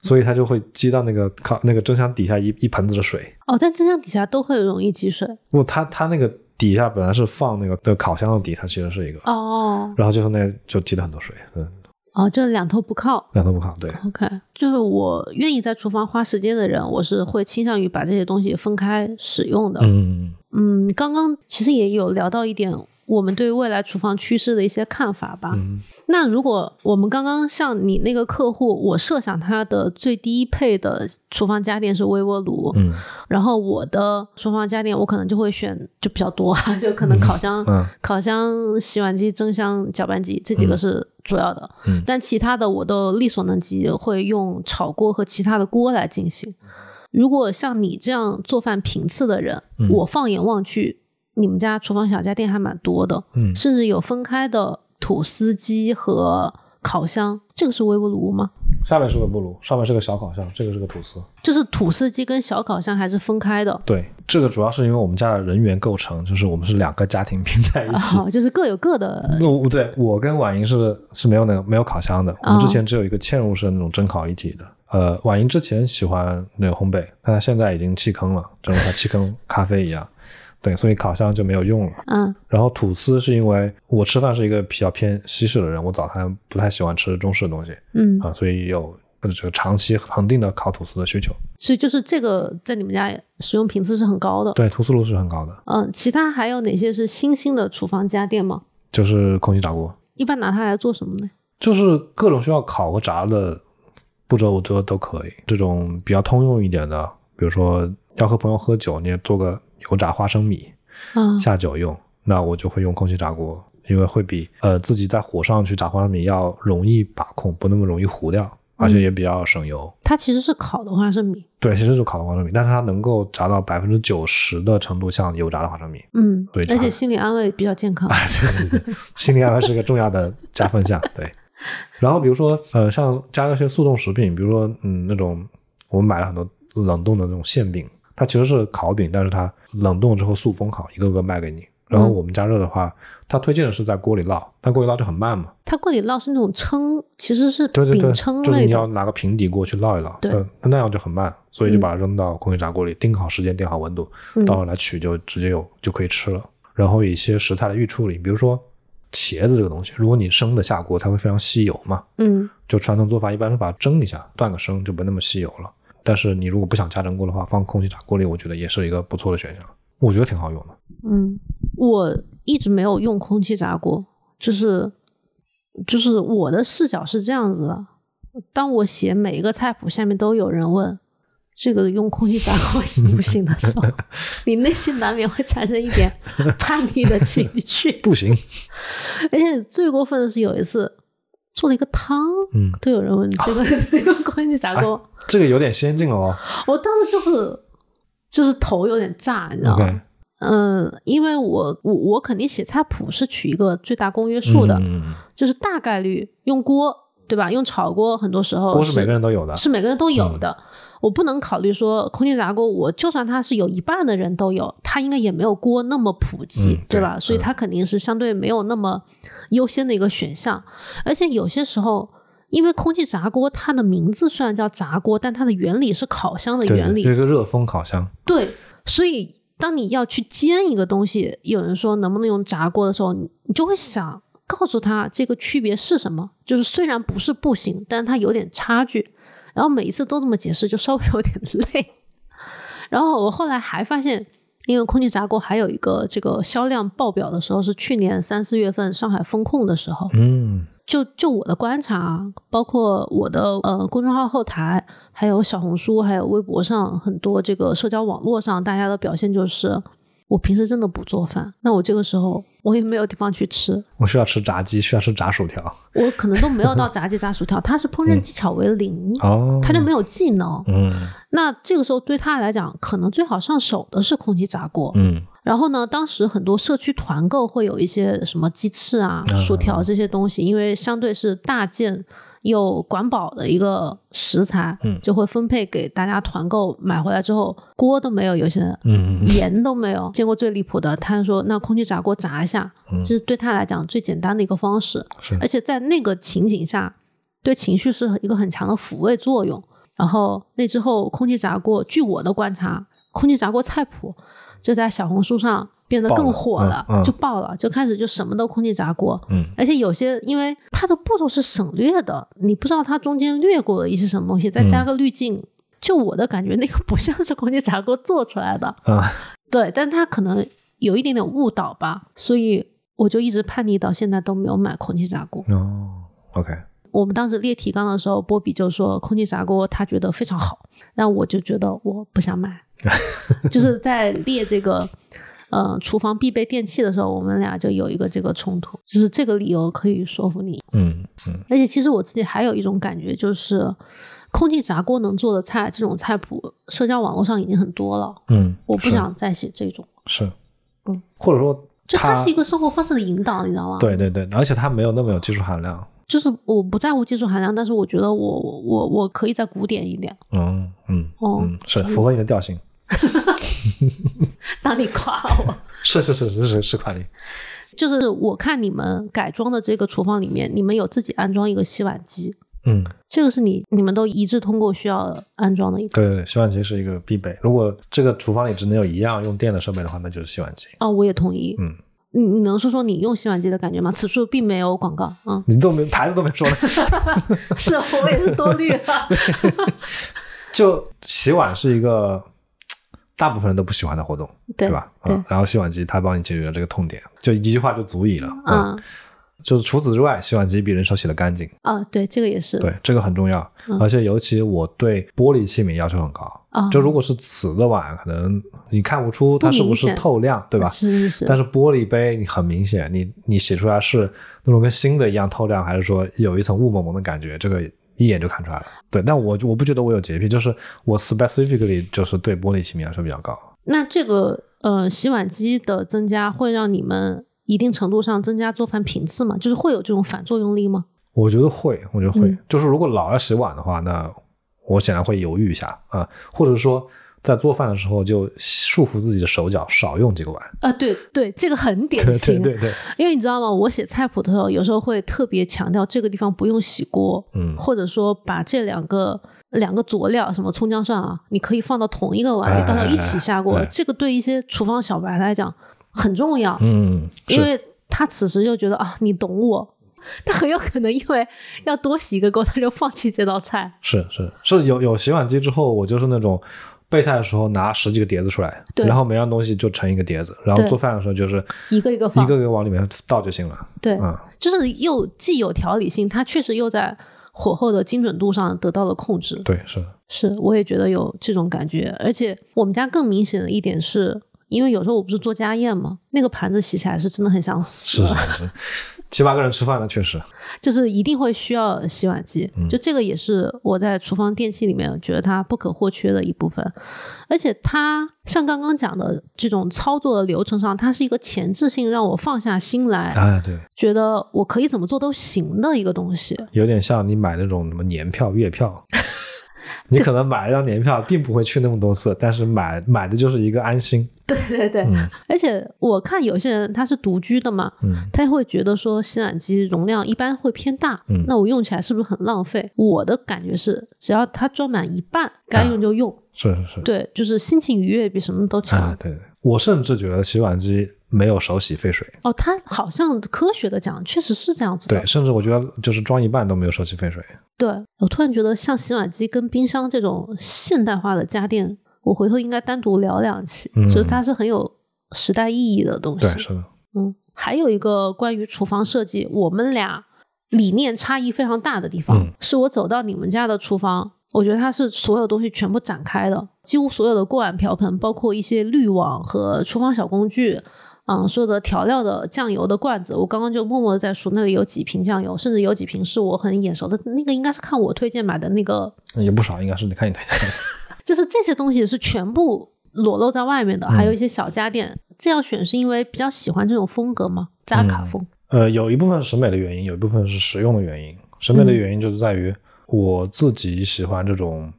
所以它就会积到那个烤那个蒸箱底下一一盆子的水。
哦，但蒸箱底下都会容易积水
不，它它那个底下本来是放那个那个烤箱的底，它其实是一个，
哦
然后就是那就积了很多水，嗯，
哦，这两头不靠。
两头不烤，对。
OK，就是我愿意在厨房花时间的人，我是会倾向于把这些东西分开使用的。
嗯，
嗯，刚刚其实也有聊到一点我们对未来厨房趋势的一些看法吧。
嗯
那如果我们刚刚像你那个客户，我设想他的最低配的厨房家电是微波炉，
嗯
然后我的厨房家电我可能就会选就比较多， 就可能烤箱、
嗯
烤箱、洗碗机、蒸箱、搅拌机这几个是主要的，
嗯
但其他的我都力所能及会用炒锅和其他的锅来进行。如果像你这样做饭频次的人，
嗯
我放眼望去，你们家厨房小家电还蛮多的，
嗯，
甚至有分开的吐司机和烤箱，这个是微波炉吗？
下面是微波炉，上面是个小烤箱，这个是个吐司。
就是吐司机跟小烤箱还是分开的，
对，这个主要是因为我们家的人员构成，就是我们是两个家庭拼在一起。
啊， 就是各有各的
那 我对我跟婉莹是是没有那个没有烤箱的，我们之前只有一个嵌入式的那种蒸烤一体的。呃，婉莹之前喜欢那个烘焙，但她现在已经弃坑了，正如她弃坑咖啡一样。对，所以烤箱就没有用了。
嗯
然后吐司是因为我吃饭是一个比较偏西式的人，我早餐不太喜欢吃中式的东西
嗯，
啊，所以有呃这个长期恒定的烤吐司的需求。
所以就是这个在你们家使用频次是很高的。
对，吐司炉是很高的，
嗯，其他还有哪些是新兴的厨房家电吗？
就是空气炸锅，
一般拿它来做什么呢？
就是各种需要烤和炸的步骤，我觉得都可以。这种比较通用一点的，比如说要和朋友喝酒，你也做个油炸花生米
啊，
下酒用，那我就会用空气炸锅，因为会比呃自己在火上去炸花生米要容易把控，不那么容易糊掉，而且也比较省油。
它其实是烤的花生米。
对，其实就烤的花生米，但是它能够炸到百分之九十的程度，像油炸的花生 米。
嗯，
对
而
它
且心理安慰比较健康。
啊，对对对，心理安慰是个重要的加分项，对。然后比如说，呃，像加那些速冻食品，比如说，嗯，那种我们买了很多冷冻的那种馅饼，它其实是烤饼，但是它冷冻之后塑封好，一个个卖给你。然
嗯
后我们加热的话，它推荐的是在锅里烙，但锅里烙就很慢嘛，
它锅里烙是那种撑，其实是
对对对
饼，撑
就是
类
你
的。
要拿个平底锅去烙一烙，
对
嗯，那那样就很慢，所以就把它扔到空气炸锅里，定好时间，定好温度，
嗯
到时候来取就直接有就可以吃了。然后一些食材的预处理，比如说茄子这个东西，如果你生的下锅，它会非常吸油嘛，
嗯
就传统做法一般是把它蒸一下，断个生就不那么吸油了。但是你如果不想加蒸锅的话，放空气炸锅里，我觉得也是一个不错的选项，我觉得挺好用的。
嗯，我一直没有用空气炸锅，就是就是我的视角是这样子的。当我写每一个菜谱下面都有人问这个用空气炸锅行不行的时候， 你内心难免会产生一点叛逆的情绪。
不行，
而且最过分的是有一次做了一个汤，
嗯，
都有人问这个用空气炸锅，
这个有点先进了哦。
我当时就是就是头有点炸，你知道吗？
OK，
嗯，因为我我我肯定写菜谱是取一个最大公约数的，
嗯嗯嗯
就是大概率用锅，对吧？用炒锅，很多时候
锅是每个人都有的，
哦
嗯
是每个人都有的。我不能考虑说空气炸锅，我就算它是有一半的人都有，它应该也没有锅那么普及，
嗯对
对吧？所以它肯定是相对没有那么优先的一个选项。而且有些时候，因为空气炸锅它的名字虽然叫炸锅，但它的原理是烤箱的
对，
原理
这，是个热风烤箱。
对，所以当你要去煎一个东西，有人说能不能用炸锅的时候，你你就会想告诉他这个区别是什么。就是虽然不是不行，但是它有点差距。然后每一次都这么解释，就稍微有点累。 然后我后来还发现，因为空气炸锅还有一个这个销量爆表的时候是去年三四月份上海封控的时候，
嗯，
就就我的观察啊，包括我的呃公众号后台，还有小红书，还有微博上很多这个社交网络上大家的表现就是，我平时真的不做饭，那我这个时候我也没有地方去吃，
我需要吃炸鸡，需要吃炸薯条。
我可能都没有到炸鸡炸薯条，它是烹饪技巧为零，
哦，
它就没有技能。
嗯
那这个时候对他来讲，可能最好上手的是空气炸锅。
嗯
然后呢，当时很多社区团购会有一些什么鸡翅啊、薯条这些东西，因为相对是大件又管饱的一个食材，
嗯
就会分配给大家团购。买回来之后，锅都没有，有些人
嗯
盐都没有。 见过最离谱的，他说那空气炸锅炸一下，这是对他来讲最简单的一个方式
嗯是，
而且在那个情景下，对情绪是一个很强的抚慰作用。然后那之后，空气炸锅，据我的观察，空气炸锅菜谱就在小红书上变得
爆了
更火了，
嗯嗯
就爆了，就开始就什么都空气炸锅。
嗯
而且有些因为它的步骤是省略的，你不知道它中间略过了一些什么东西，再
嗯
加个滤镜。就我的感觉，那个不像是空气炸锅做出来的，
啊，
对，但他可能有一点点误导吧，所以我就一直叛逆到现在都没有买空气炸锅。
哦，OK，
我们当时列提纲的时候，波比就说空气炸锅他觉得非常好，那我就觉得我不想 买，就是在列这个。呃，厨房必备电器的时候，我们俩就有一个这个冲突，就是这个理由可以说服你。
嗯嗯
而且其实我自己还有一种感觉，就是空气炸锅能做的菜，这种菜谱，社交网络上已经很多了，
嗯，
我不
是
想再写这种。
是，
嗯，
或者说
就它
它
是一个生活方式的引导，你知道吗？，
对对对，而且它没有那么有技术含量。
就是我不在乎技术含量，但是我觉得我我我我可以再古典一点。
嗯嗯
哦嗯
嗯，是符合你的调性。
当你夸我，
是是是是是是夸你。
就是我看你们改装的这个厨房里面，你们有自己安装一个洗碗机，
嗯，
这个是你你们都一致通过需要安装的一个。
对对对，洗碗机是一个必备。如果这个厨房里只能有一样用电的设备的话，那就是洗碗机。
哦，我也同意。
嗯，，
你你能说说你用洗碗机的感觉吗？此处并没有广告。嗯
你都没牌子都没说 呢，
是啊我也是多虑了。啊
就洗碗是一个大部分人都不喜欢的活动，
对
吧？
对
嗯，然后洗碗机它帮你解决了这个痛点，就一句话就足以了。嗯，
嗯
就是除此之外，洗碗机比人手洗的干净，
啊，对，嗯这个也是。
对这个很重要。而且尤其我对玻璃器皿要求很高，
啊，
就如果是瓷的碗，可能你看不出它是不
不
是
明显
透亮，对吧？
是是是。
但是玻璃杯你很明显，你你洗出来是那种跟新的一样透亮，还是说有一层雾蒙蒙的感觉？这个一眼就看出来了。对，但我我不觉得我有洁癖，就是我 specifically 就是对玻璃器皿要求比较高。
那这个呃，洗碗机的增加会让你们一定程度上增加做饭频次吗？就是会有这种反作用力吗？
我觉得会，我觉得会。
嗯
就是如果老要洗碗的话，那我显然会犹豫一下啊，或者说在做饭的时候就束缚自己的手脚，少用几个碗。
啊，对对，这个很典
对
型
对。对对，
因为你知道吗？我写菜谱的时候，有时候会特别强调这个地方不用洗锅，
嗯
或者说把这两个两个佐料，什么葱姜蒜啊，你可以放到同一个碗
哎
里，到时候一起下锅。
哎哎
这个对一些厨房小白来讲很重要。
嗯，
因
是
为他此时就觉得啊，你懂我。 他很有可能因为要多洗一个锅，他就放弃这道菜。
是是是有有洗碗机之后，我就是那种备菜的时候拿十几个碟子出来，
对
然后每样东西就盛一个碟子，然后
对
做饭的时候就是
一个一个放
一个一个往里面倒就行了。
对，
嗯，
就是又既有条理性，他确实又在火候的精准度上得到了控制。
对，是
是，我也觉得有这种感觉。而且我们家更明显的一点是，因为有时候我不是做家宴嘛，那个盘子洗起来是真的很想死
是是是是，七八个人吃饭呢，确实，
就是一定会需要洗碗机，
嗯
就这个也是我在厨房电器里面觉得它不可或缺的一部分。而且它像刚刚讲的这种操作的流程上，它是一个前置性让我放下心来，
哎，对，
觉得我可以怎么做都行的一个东西。
有点像你买那种什么年票、月 票。你可能买了张年票，并不会去那么多次，但是买买的就是一个安心。
对对对，而且我看有些人他是独居的嘛，
嗯
他会觉得说洗碗机容量一般会偏大，
嗯
那我用起来是不是很浪费？我的感觉是，只要它装满一半，
啊
该用就用。
是是是，
对，就是心情愉悦比什么都强。
啊，对对，对我甚至觉得洗碗机没有手洗费水。
哦，它好像科学的讲，确实是这样子的
对，。甚至我觉得就是装一半都没有手洗费水。
对我突然觉得，像洗碗机跟冰箱这种现代化的家电，我回头应该单独聊两期，
嗯
就是它是很有时代意义的东西
对，。是的，
嗯，还有一个关于厨房设计，我们俩理念差异非常大的地方，
嗯
是我走到你们家的厨房，我觉得它是所有东西全部展开的，几乎所有的锅碗瓢盆，包括一些滤网和厨房小工具。嗯，所有的调料的酱油的罐子，我刚刚就默默的在数，那里有几瓶酱油，甚至有几瓶是我很眼熟的。那个应该是看我推荐买的那个
嗯也不少，应该是你看你推荐的，
就是这些东西是全部裸露在外面的，
嗯
还有一些小家电。这样选是因为比较喜欢这种风格吗？扎卡风。
呃，有一部分是审美的原因，有一部分是实用的原因。审美的
嗯
原因就是在于我自己喜欢这种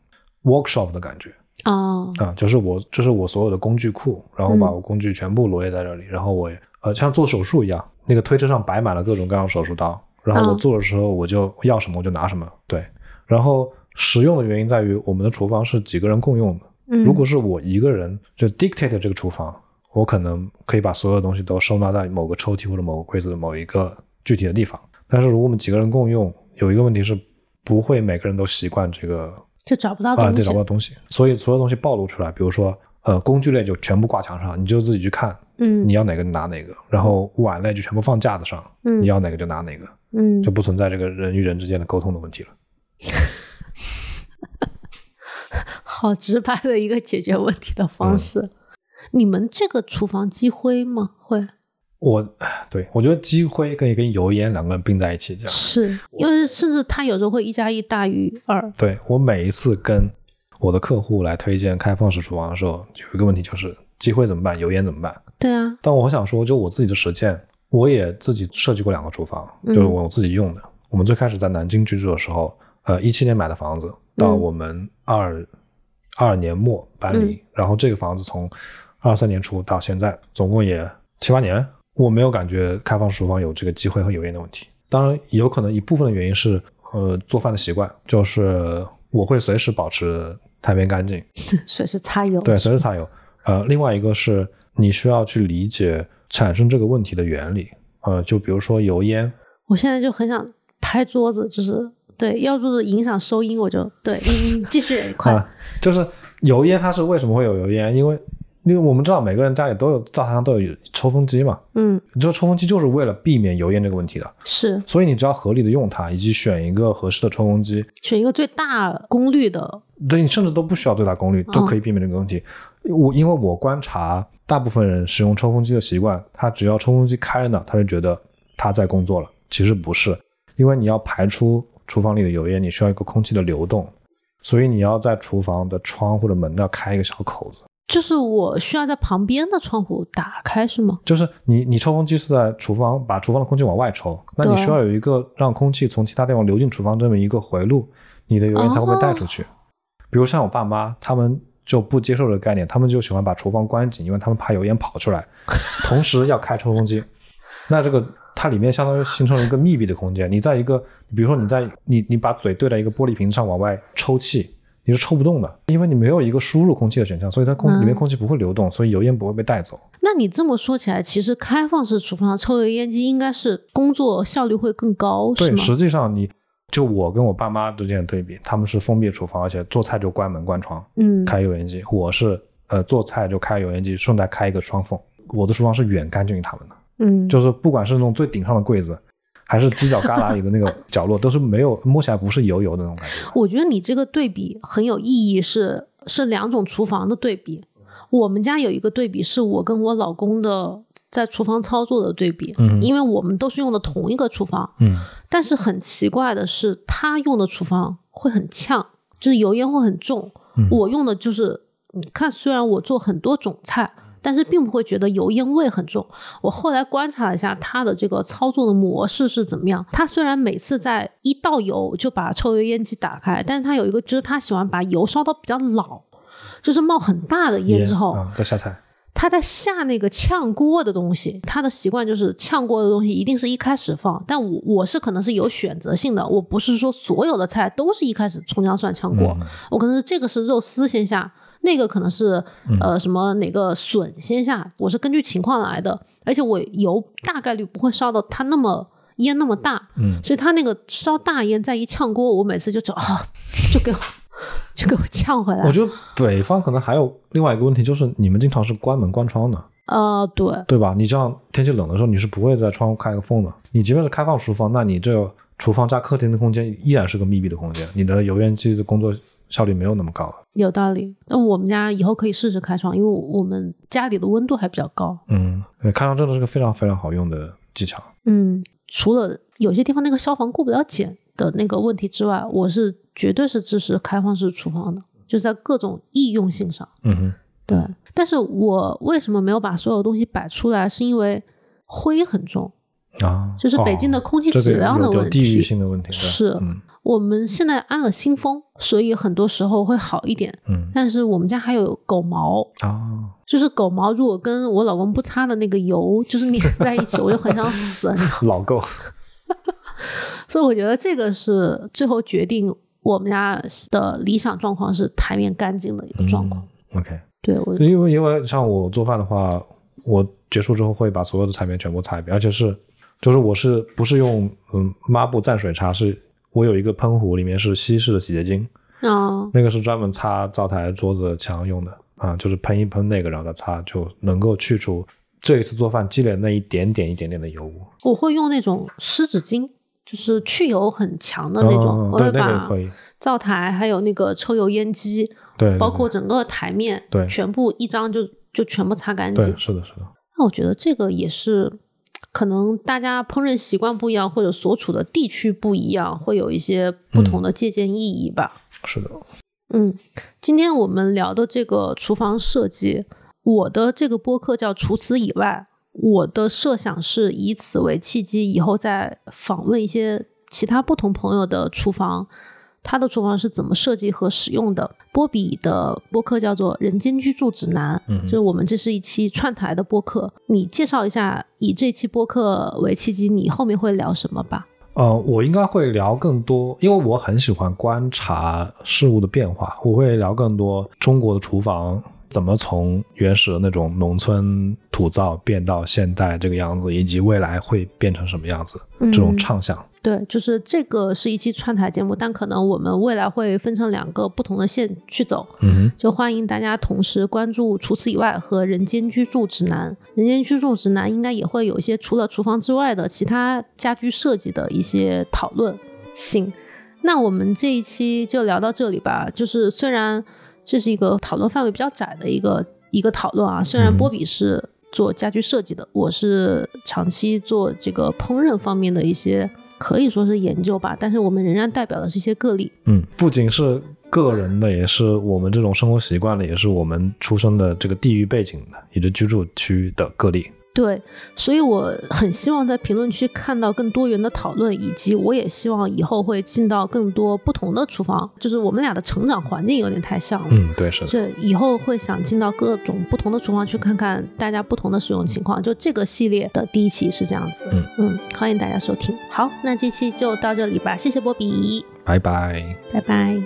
workshop 的感觉，
哦，
啊、就是我，这、是我所有的工具库，然后把
嗯
我工具全部罗列在这里，然后我也呃像做手术一样，那个推车上摆满了各种各样的手术刀，然后我
嗯
做的时候我就要什么我就拿什么，对。然后实用的原因在于我们的厨房是几个人共用的，
嗯，
如果是我一个人就 dictate 这个厨房，我可能可以把所有东西都收纳在某个抽屉或者某个柜子的某一个具体的地方，但是如果我们几个人共用，有一个问题是不会每个人都习惯这个
就找不到
啊，
东
对，
西。
找不到东西，所以所有东西暴露出来，比如说呃工具类就全部挂墙上，你就自己去看
嗯，
你要哪个你拿哪个，然后碗类就全部放架子上，
嗯
你要哪个就拿哪个，
嗯
就，不存在这个人与人之间的沟通的问题了。
好直白的一个解决问题的方式。
嗯
你们这个厨房积灰吗？会
我对我觉得积灰跟跟油烟两个人并在一起这样，
是因为甚至它有时候会一加一大于二。
对我每一次跟我的客户来推荐开放式厨房的时候，有一个问题就是积灰怎么办，油烟怎么办？
对啊，
但我想说，就我自己的实践，我也自己设计过两个厨房，
嗯
就是我自己用的。我们最开始在南京居住的时候，呃，一七年买的房子，到我们二二年末搬离，然后这个房子从二三年初到现在，总共也七八年，我没有感觉开放式厨房有这个机会和油烟的问题。当然，有可能一部分的原因是，呃，做饭的习惯，就是我会随时保持台面干净，
水是擦油。
对，随时擦油。呃，另外一个是你需要去理解产生这个问题的原理。呃，就比如说油烟，
我现在就很想拍桌子，就是对，要不是影响收音，我就对你你继续快。
啊，就是油烟它是为什么会有油烟？因为因为我们知道每个人家里都有灶台上都有抽风机嘛，
嗯，
这个抽风机就是为了避免油烟这个问题的。
是。
所以你只要合理的用它，以及选一个合适的抽风机，
选一个最大功率的，
对你甚至都不需要最大功率，都可以避免这个问题。我因为我观察大部分人使用抽风机的习惯，他只要抽风机开着呢，他就觉得他在工作了，其实不是，因为你要排出厨房里的油烟，你需要一个空气的流动，所以你要在厨房的窗或者门那儿开一个小口子。
就是我需要在旁边的窗户打开，是吗？
就是你，你抽风机是在厨房把厨房的空气往外抽，那你
对
需要有一个让空气从其他地方流进厨房这么一个回路，你的油烟才会被带出
啊
去。比如像我爸妈，他们就不接受这个概念，他们就喜欢把厨房关紧，因为他们怕油烟跑 出来，同时要开抽风机。那这个它里面相当于形成了一个密闭的空间，你在一个，比如说你在你你把嘴对在一个玻璃瓶上往外抽气。你是抽不动的，因为你没有一个输入空气的选项，所以它空里
嗯
面空气不会流动，所以油烟不会被带走。
那你这么说起来，其实开放式厨房抽油烟机应该是工作效率会更高，是
对，
吗？
实际上你就我跟我爸妈之间的对比，他们是封闭厨房，而且做菜就关门关窗，
嗯，
开油烟机；我是呃做菜就开油烟机，顺带开一个窗缝。我的厨房是远干净于他们的，
嗯，
就是不管是那种最顶上的柜子，还是犄角旮旯里的那个角落，都 是没有摸起来不是油油的那种感觉。
我觉得你这个对比很有意义是，是两种厨房的对比。我们家有一个对比，是我跟我老公的在厨房操作的对比，
嗯
因为我们都是用的同一个厨房，
嗯，
但是很奇怪的是，他用的厨房会很呛，就是油烟会很重。
嗯
我用的就是，你看，虽然我做很多种菜，但是并不会觉得油烟味很重。我后来观察了一下他的这个操作的模式是怎么样。他虽然每次在一倒油就把抽油烟机打开，但是他有一个就是他喜欢把油烧到比较老，就是冒很大的烟之后，
啊、再下菜。
他在下那个炝锅的东西，他的习惯就是炝锅的东西一定是一开始放，但我我是可能是有选择性的，我不是说所有的菜都是一开始葱姜蒜炝锅，
嗯
我可能是这个是肉丝先下，那个可能是
嗯
呃什么哪个笋先下，我是根据情况来的，而且我油大概率不会烧到它那么烟那么大，
嗯
所以它那个烧大烟再一炝锅，我每次就觉得啊，就给我 就给我呛回来。
我觉得北方可能还有另外一个问题，就是你们经常是关门关窗的，
呃，对，
对吧？你像天气冷的时候，你是不会在窗户开个缝的。你即便是开放厨房，那你这厨房加客厅的空间依然是个密闭的空间，你的油烟机的工作效率没有那么高了。
有道理。那我们家以后可以试试开窗，因为我们家里的温度还比较高。
嗯，对开窗真的是个非常非常好用的技巧。
嗯，除了有些地方那个消防过不了检的那个问题之外，我是绝对是支持开放式厨房的，就是在各种易用性上。
嗯哼，
对，但是我为什么没有把所有东西摆出来，是因为灰很重，
啊，
就是北京的空气
这个
质量的
有有
问
地域
题。
性的问题
是
嗯
我们现在安了新风，所以很多时候会好一点。
嗯
但是我们家还有狗毛，
啊，
就是狗毛如果跟我老公不擦的那个油就是粘在一起，我就很想死， 你知道吗
老够
所以我觉得这个是最后决定我们家的理想状况是台面干净的一个状况。。
嗯 OK，
对我
因为因为像我做饭的话，我结束之后会把所有的菜面全部擦一遍，而且是就是我是不是用嗯抹布蘸水擦，是我有一个喷壶，里面是稀释的洗洁精，
啊、
那个是专门擦灶台、桌子、墙用的啊，就是喷一喷那个，然后再擦，就能够去除这一次做饭积累的那一点点、一点点的油污。
我会用那种湿纸巾，就是去油很强的那种，
嗯
我
对
会
那个也
把
可以，
灶台还有那个抽油烟机，
对，对
包括整个台面，
嗯对
全部一张就就全部擦干
对，
净
对。是的，是的，
那我觉得这个也是。可能大家烹饪习惯不一样，或者所处的地区不一样，会有一些不同的借鉴意义吧。
是的，
嗯，今天我们聊的这个厨房设计，我的这个播客叫《除此以外》，我的设想是以此为契机，以后再访问一些其他不同朋友的厨房，他的厨房是怎么设计和使用的。波比的播客叫做《人间居住指南》，
嗯哼
就是我们这是一期串台的播客，你介绍一下，以这期播客为契机，你后面会聊什么吧？
呃，我应该会聊更多，因为我很喜欢观察事物的变化。我会聊更多中国的厨房怎么从原始的那种农村土灶变到现代这个样子，以及未来会变成什么样子，这种
嗯
畅想。
对，就是这个是一期串台节目，但可能我们未来会分成两个不同的线去走，
嗯
就欢迎大家同时关注《除此以外》和《人间居住指南》。《人间居住指南》应该也会有一些除了厨房之外的其他家居设计的一些讨论。行，那我们这一期就聊到这里吧。就是虽然这是一个讨论范围比较窄的一个一个讨论啊，虽然
嗯
波比是做家居设计的，我是长期做这个烹饪方面的一些可以说是研究吧，但是我们仍然代表的是一些个例。
嗯，不仅是个人的，也是我们这种生活习惯的，也是我们出生的这个地域背景的，也就是居住区的个例。
对，所以我很希望在评论区看到更多元的讨论，以及我也希望以后会进到更多不同的厨房，就是我们俩的成长环境有点太像了。
嗯，对，是的。
这以后会想进到各种不同的厨房去看看大家不同的使用情况。就这个系列的第一期是这样子，
嗯
欢迎大家收听。好，那这期就到这里吧，谢谢波比，
拜拜。
拜拜。